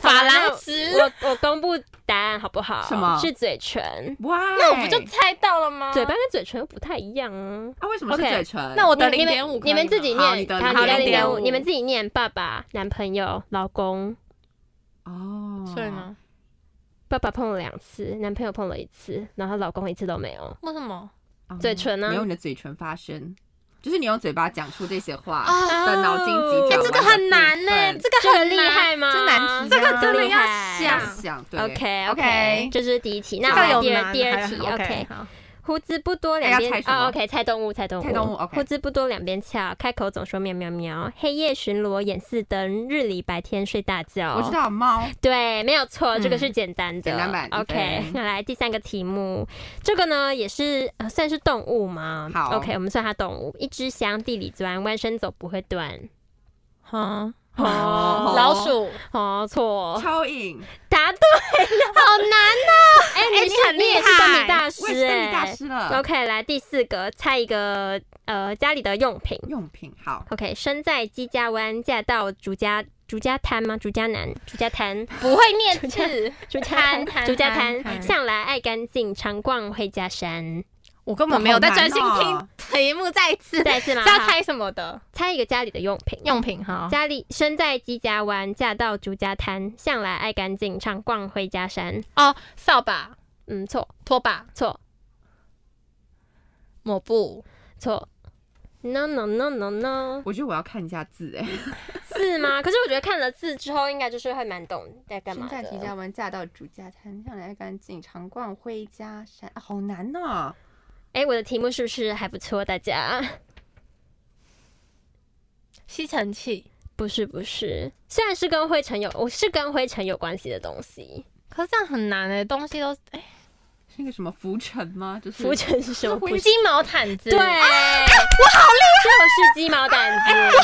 珐琅质。我我公布答案好不好？什么是嘴唇，哇！那我不哎就猜到了吗？嘴巴跟嘴唇又不太一样啊。啊？为什么是 OK，嘴唇？那我的你零点五，你们自己好念，你的好好你的0.5五，你们自己念爸爸、男朋友、老公。哦，所以？呢？爸爸碰了两次，男朋友碰了一次，然后老公一次都没有。为什么？哦嘴唇呢没有你的嘴唇发声，就是你用嘴巴讲出这些话哦啊的脑筋急哎、转弯的部分。这个很难呢、这个这个很厉难害吗？这难题这个真的厉要害要想想对 OK OK，这是第一题。这那个有我们第二难还第二题好 OK。好胡子不多两哎要边猜什么哦，OK，猜动物，猜动物，猜动物，OK 胡子不多两边翘，开口总说喵喵喵。黑夜巡逻，眼似灯，日里白天睡大觉。我知，道猫对，没有错，这个是嗯简单的。简单版 OK，对那来第三个题目，这个呢也是、呃、算是动物吗？好，OK，我们算它动物。一只香，地里钻，弯身走不会 *laughs* 断。好，哦老鼠，哦， *laughs* 错，蚯蚓，答对。好难哦！哎、 *laughs* 哎你是很你厉也是灯谜害，大我也师是邓丽大哎。师了。 OK，来第四个，猜一个呃家里的用品。用品好， OK，身在鸡家湾，嫁到竹家竹家滩吗？竹家南、竹家滩、不会念字，竹家滩滩、滩竹家滩滩，滩向来爱干净，常逛会家山。我根本没有在专心哇好难听哦题目，再一次，再一次吗是要猜什么的猜一个家里的用品。用品哈？家里身在鸡家湾，嫁到竹家滩，向来爱干净，常逛会家山。哦，扫把、嗯，错拖把、错抹布、错。No no no no no，我觉得我要看一下字哎。字吗？可是我觉得看了字之后，应该就是会蛮懂在干嘛身在的提。家湾，嫁到主家滩，向来干净，常逛灰家山。啊好难呐！哎、我的题目是不是还不错？大家吸尘器。不是不是，虽然是跟灰尘有，我是跟灰尘有关系的东西。可是这样很难哎、东西都哎，是一个什么浮尘吗？就是浮尘是什么？不是鸡毛毯子，对，我好厉害，就是鸡毛掸子。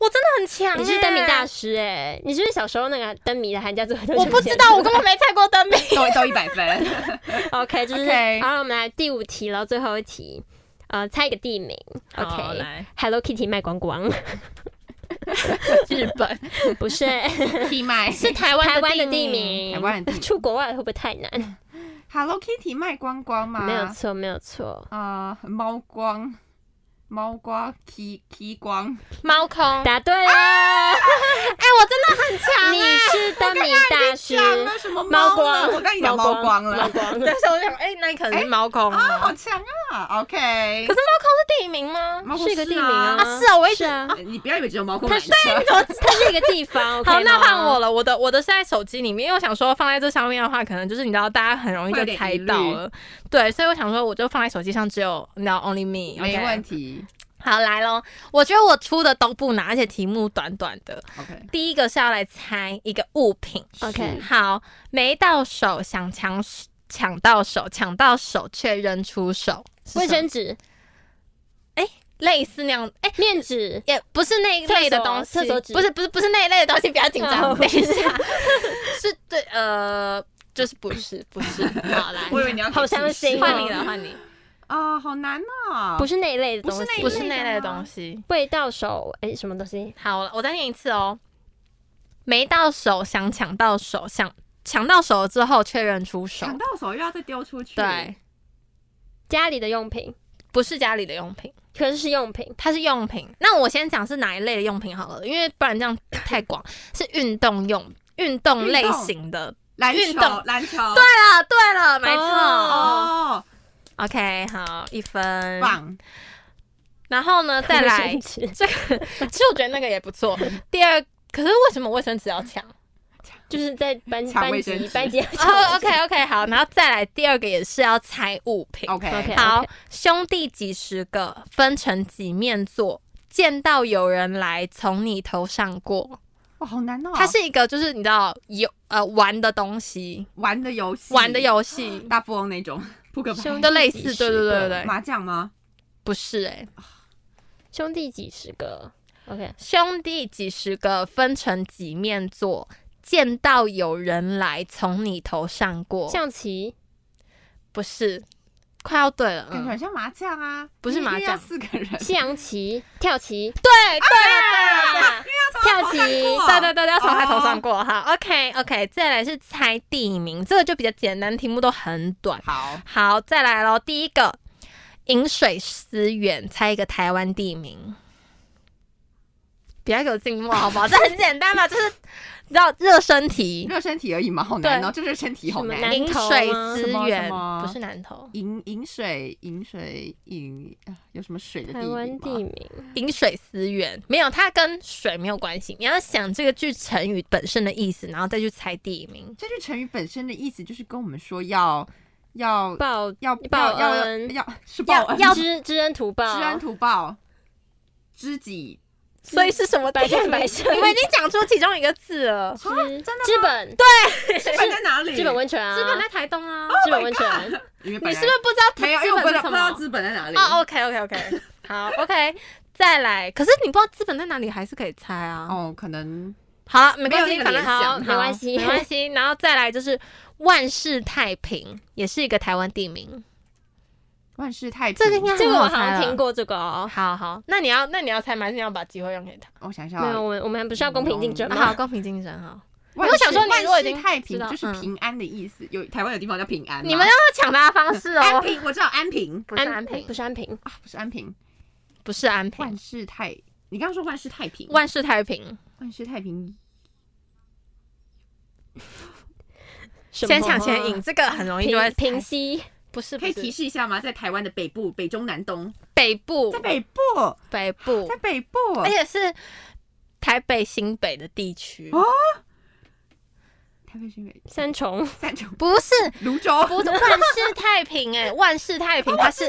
我真的很强、欸你是灯谜大师，师哎，你是不是小时候那个灯谜的寒假作业都啊我不知道，我根本没猜过灯谜。都都一百分。 OK，就是 OK 好，我们来第五题了，最后一题，呃，猜一个地名。好 OK，Hello、来 Kitty 卖光光， *laughs* 日本不是 *laughs* 替 *laughs* 麦是台湾台湾的地地名，名，台湾的地名 *laughs* 出国外啊会不会太难？啊 Hello Kitty 卖光光吗？呃没有错，没有错。啊，猫光，猫瓜踢踢光，猫空，哎、答 *laughs* 对了，我真的很强、你欸，是灯谜大师。讲了什么猫呢？光，我跟你讲猫猫光了猫，光。但是我想，哎、那你可能是猫空、啊，好强啊！OK，可是猫空是地名吗？猫是一个地名啊啊是啊我一直是啊，你不要以为只有猫空它缆是车，它是一个地 *laughs* 方。OK 好，啊那吗换我了。我的我的是在手机里面，因为我想说放在这上面的话，可能就是你知道大家很容易会有就点猜疑虑到了，对，所以我想说我就放在手机上，只有你知道 only me，没问题。题。好，来喽，我觉得我出的都不难，而且题目短短的。 *laughs* OK，第一个是要来猜一个物品， OK 好，没到手想抢抢到手，抢到手却扔出手，是卫什么生纸、类似那样，哎、面纸，也不是那一厕类的所东西，厕所纸不是不是不是那一类的东西，不要紧哦张，等一下，是对呃，就是不是不是，好来，我以为你要 *laughs* 好伤心换你了，换你，啊，好难啊！不是那一类的不是东那西，一不是那一类的吗东西。未到手，哎，什么东西？好了，我再念一次哦，没到手想抢到手，想抢到手了之后确认出手抢，到手又要再丢出去，对，，家里的用品，不是家里的用品，可是是用品。它是用品。那我先讲是哪一类的用品好了，因为不然这样太 *laughs* 广，是运动用。运动类型的，篮运球动，篮球，对对了对了，没错。哦嗯哦， OK，好，一分。棒，然后呢， *laughs* 再 *laughs* 来 *laughs* 卫生，纸这个其实我觉得那个也不 *laughs* 错。第二，可是为什么卫生纸要 *laughs* 抢？就是在班抢 *laughs* 班卫生级纸班级要 *laughs* 抢 *laughs* 哦、o k OK，好，然后再来第二个也是要猜物品。 OK OK 好，兄弟几十个，分成几面坐。见到有人来从你头上过，哇，好难哦！它是一个就是你知道有呃玩的东西，玩的游戏，玩的游戏大富翁那种扑克牌，兄弟就类似，几对十对对对个对，麻将吗？不是哎、兄弟几十个，OK，兄弟几十个，分成几面坐。见到有人来，从你头上过。象棋不是，快要对了，感嗯觉，很像麻将啊，不是因为麻将因为要四个人，西洋棋、跳棋、对啊跳棋对对对，要从他头上过哈。OK OK，再来是猜地名，这个就比较简单，题目都很短。好，好，再来喽，第一个饮水思源，猜一个台湾地名。不要给我静默好 *laughs* 不好？这很简单嘛，就是你知道热身题，热身体而已嘛，好难哦，这热身体好什么难难。饮头水吗思什么源什么不是南投，饮饮水，饮水，饮啊有什么水的地台名吗湾地名，饮水思源没有，它跟水没有关系。你要想这个句成语本身的意思，然后再去猜地名。这句成语本身的意思就是跟我们说要要报要报要要恩要是报恩，要知知恩图报，知恩图报，知己所以是什么百地战名百胜你们已经讲出其中一个字了。知资本资本在哪里？资本温泉啊，资本在台东啊，资本温泉，因为你本是来不是不知道没有？因为资我不本知是道不什知道么？资本在哪里。哦，OK OK OK，好 *laughs* OK，再来。可是你不知道资本在哪里，还是可以猜啊。哦，可能好了，没关没系，有那可个能联想好，没关系 *laughs* 没关系。然后再来就是万事太平，也是一个台湾地名，万事太平。这个应该这个很我好猜像了听。过这个哦。好好，那你要那你要猜吗？还是你要把机会让给他？我想想没有，啊，我们我们不是要公平竞争啊、好，吗？公平竞争好。万我想事说你如果已经万事太平知道就是嗯平安的意思，有台湾有地方叫平安嘛。你们要抢答方式安哦，平，我知道安平不是安哎平不，是安平，啊，不是安平，不是安万平，事太，你刚刚说万事太平，万事太平。万事太平，先抢先赢，什这个很容易就么会啊，平猜平息不是不可以提是示一下吗？在台湾的北部、北中南东，北部在北部，北部在，北部，而且是台北新北的地区，哦台北新北三重，三重，不是泸州，不是万事太平哎，万事太平它是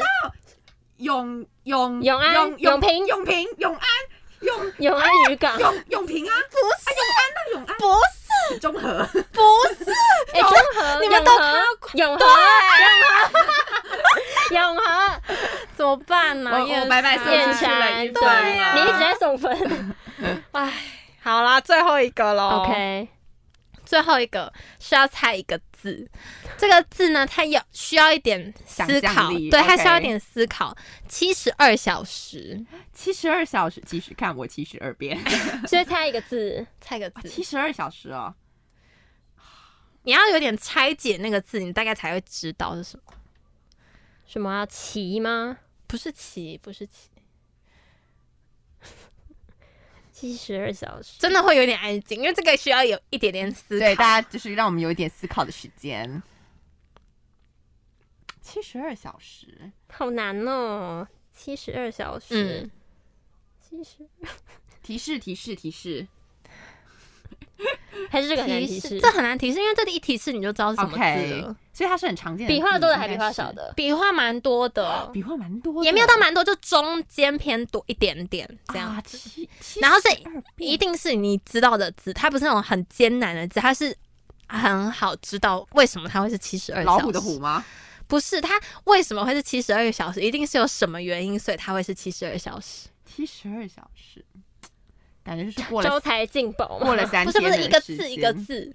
永永永安永永平永平永安永永安渔港，永永平啊，不是永安那永安不是中和，不是哦哎，中和，你们都永和，永和，永和，怎么办呢？我我白白送燕出去了山，一对份啊，你一直在送分。哎，好啦，最后一个喽 OK，最后一个是要猜一个字，这个字呢，它有需要一点思想考，象力对，它 OK 需要一点思考。七十二小时，七十二小时，其实看我七十二遍，所以猜一个字，猜个字，七十二小时哦，啊你要有点拆解那个字，你大概才会知道是什么。什么啊？棋吗？不是棋，不是棋，七十二小时，真的会有点安静，因为这个需要有一点点思考。对，大家就是让我们有一点思考的时间。七十二小时，好难哦，七十二小时嗯，七十、提示提示提示还是这个很难提示示这。很难提示，因为这里一提示你就知道是什么字啊，OK 了。。所以它是很常见的字，笔画多的还应笔该画是少？的？笔画蛮多哦的，笔画蛮多的，也没有到蛮多，就中间偏多一点点这样。啊七，七然后是十二遍一定是你知道的字，它不是那种很艰难的字，它是很好知道为什么它会是七十二老虎的虎，吗？不是它为什么会是七十二小时，一定是有什么原因，所以它会是七十二小时，七十二小时，感觉就是过招了财进宝过嘛，了三不天是不的是一个时字一个间字，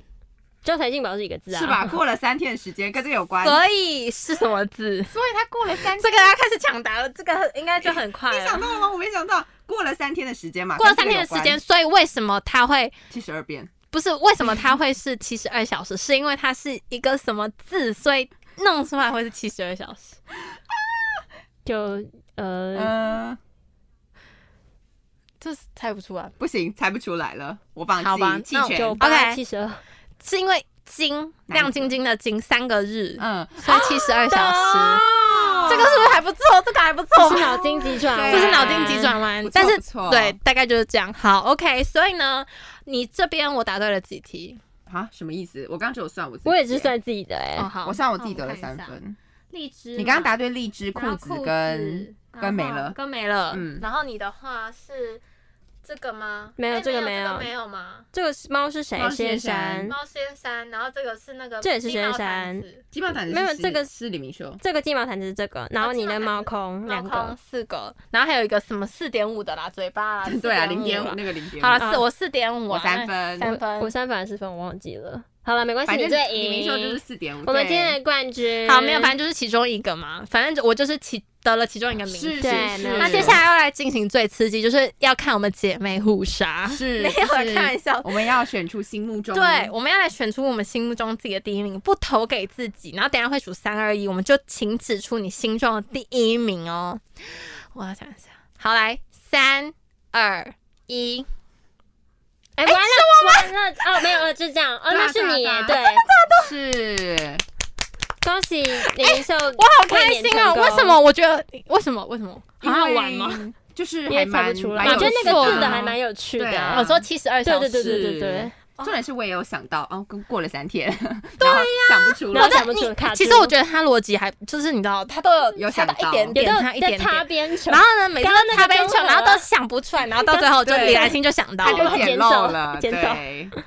招财进宝是一个字啊，是吧？？过了三天的时间跟这个有关，所以是什么字？所以他过了三这个要开始抢答了，这个应该就很快你想了。到了吗？我没想到，过了三天的时间嘛，哎过了三天的时间，所以为什么它会七十二遍，不是为什么它会是七十二小时？是因为它是一个什么字，所以弄出来会是七十二小时。就呃，嗯、这是猜不出来，不行，猜不出来了，我放好吧弃，弃那我九权，八 OK 七十二，是因为金亮晶晶的金三个日，嗯，所以七十二小时。哦这个是不是还不错？这个还不这错是，脑筋急转弯，啊这是脑筋急转弯不错，但是不错对，大概就是这样。好，OK，所以呢，你这边我答对了几题？啊，什么意思？我刚只有算我自己，我也是，算自己的哎、哦，好，我算我自己得了那我三看一下。分，荔枝嘛，你刚刚答对荔枝、然后裤裤子跟然后跟没了跟没了。嗯嗯，然后你的话是这个吗？没有哎这个没没有没有吗？这个是猫是谁猫？是仙仙山山。猫先山，然后这个是那个这也是金毛仙山毯子鸡毛掸子是没有谁这个是李明秀，，这个金毛毯子是这个，然后你的猫空猫两空个，四个，然后还有一个什么四点五的啦，嘴巴啦 *laughs* 对啊， 4.5零点五啦那个零点哦五，好啊了，四我四点五，我那三分，三分我三分还是四分，我忘记了。好了，没关系，反你正最李明秀就是赢。四点五，我们对今天的冠军，好，没嗯有，反正就是其中一个嘛，反正就我就是其得了其中一个名是字。对是没有是，那接下来要来进行最刺激，就是要看我们姐妹互杀。是没有是开玩笑我们要选出心目中对，我们要来选出我们心目中自己的第一名，不投给自己。然后等一下会数三二一，我们就请指出你心中的第一名哦。我要想一下，好来，三二一，哎，完了，完了，哦，没有，哦，就这样，哦，对啊那是你耶，对对啊，是恭喜林秀，我好开未心免哦！成功为什么？我觉得为什么？为什么？因很好玩吗？为就是啊你还也猜蛮不出来，蛮我有觉得那个趣的字的啊还蛮有趣对的啊。我说七十二对小对时，对对对是对，重点是我也有想到，哦，跟过了三天， *laughs* 对呀，想不出然来后，想不出卡住，其实我觉得他逻辑还就是你知道，他都有有差想到一到点也点，都差一在点擦点。边球然，后呢，每次刚刚那都个擦边中球，和然后都想不出来，然后到最后就对李兰心啊就想到他了就剪。捡走漏了，捡走对，啊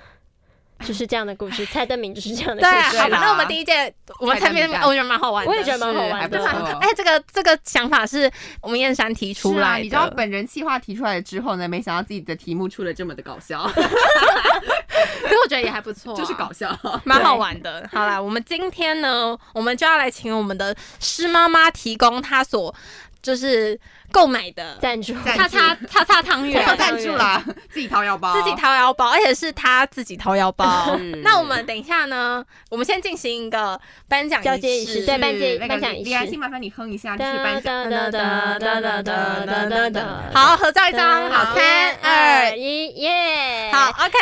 就是这样的故事。蔡登明就是这样的对，故好，事。对啦反正我们第一届，我们猜边，太尴尬我觉得蛮好玩的。我也觉得蛮好是还玩不的对错吧？哎，这个这个想法是我们燕山提出是啊，来你 *laughs* 知道的。本人计划提出来之后呢，没想到自己的题目出的这么的搞笑，可是我觉得也 *laughs* 还不错啊，就是搞笑。蛮好玩的。好啦，我们今天呢，我们就要来请我们的施妈妈提供她所就是购买的赞助，赞叉叉叉叉汤不圆，要赞助啦，自己掏腰包，自己掏腰包，而且是她自己掏腰包是。 *laughs* 那我们等一下呢，我们先进行一个颁奖交接仪式式。对是颁奖那颁个奖仪李式李安心，麻烦你哼一下，就是哒颁奖。哒哒哒哒哒哒哒哒哒。好，合照一张，好，三二一，耶！好，，OK，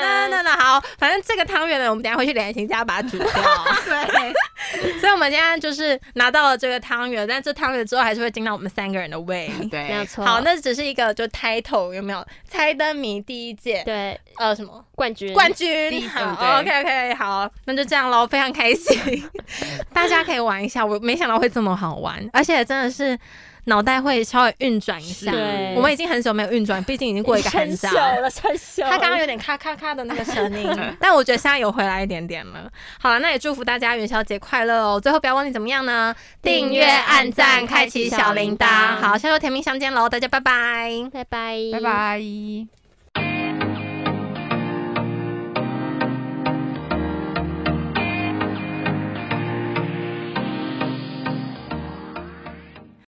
那 *laughs* 那那好，反正这个汤圆呢，我们等一下回去联行家把它煮掉。对，哎所以我们现在就是拿到了这个汤圆，但这汤圆之后还是会进到我们三个人的胃。没有对，错。好，那只是一个就 title 有没有？猜灯谜第一届，对呃，什么冠军，冠第一军？好嗯对，OK OK，好，那就这样喽，非常开心，大家可以玩一下，我没想到会这么好玩，而且真的是脑袋会稍微运转一下。对我们已经很久没有运转，毕竟已经过一个寒假生锈了，生锈了。他刚刚有点咔咔咔的那个声 *laughs* 音，但我觉得现在有回来一点点了。好了，那也祝福大家元宵节快乐哦！最后不要忘记怎么样呢？订阅、按赞、开启小铃铛。好，下周甜蜜相见喽，大家拜拜。拜拜，拜。拜。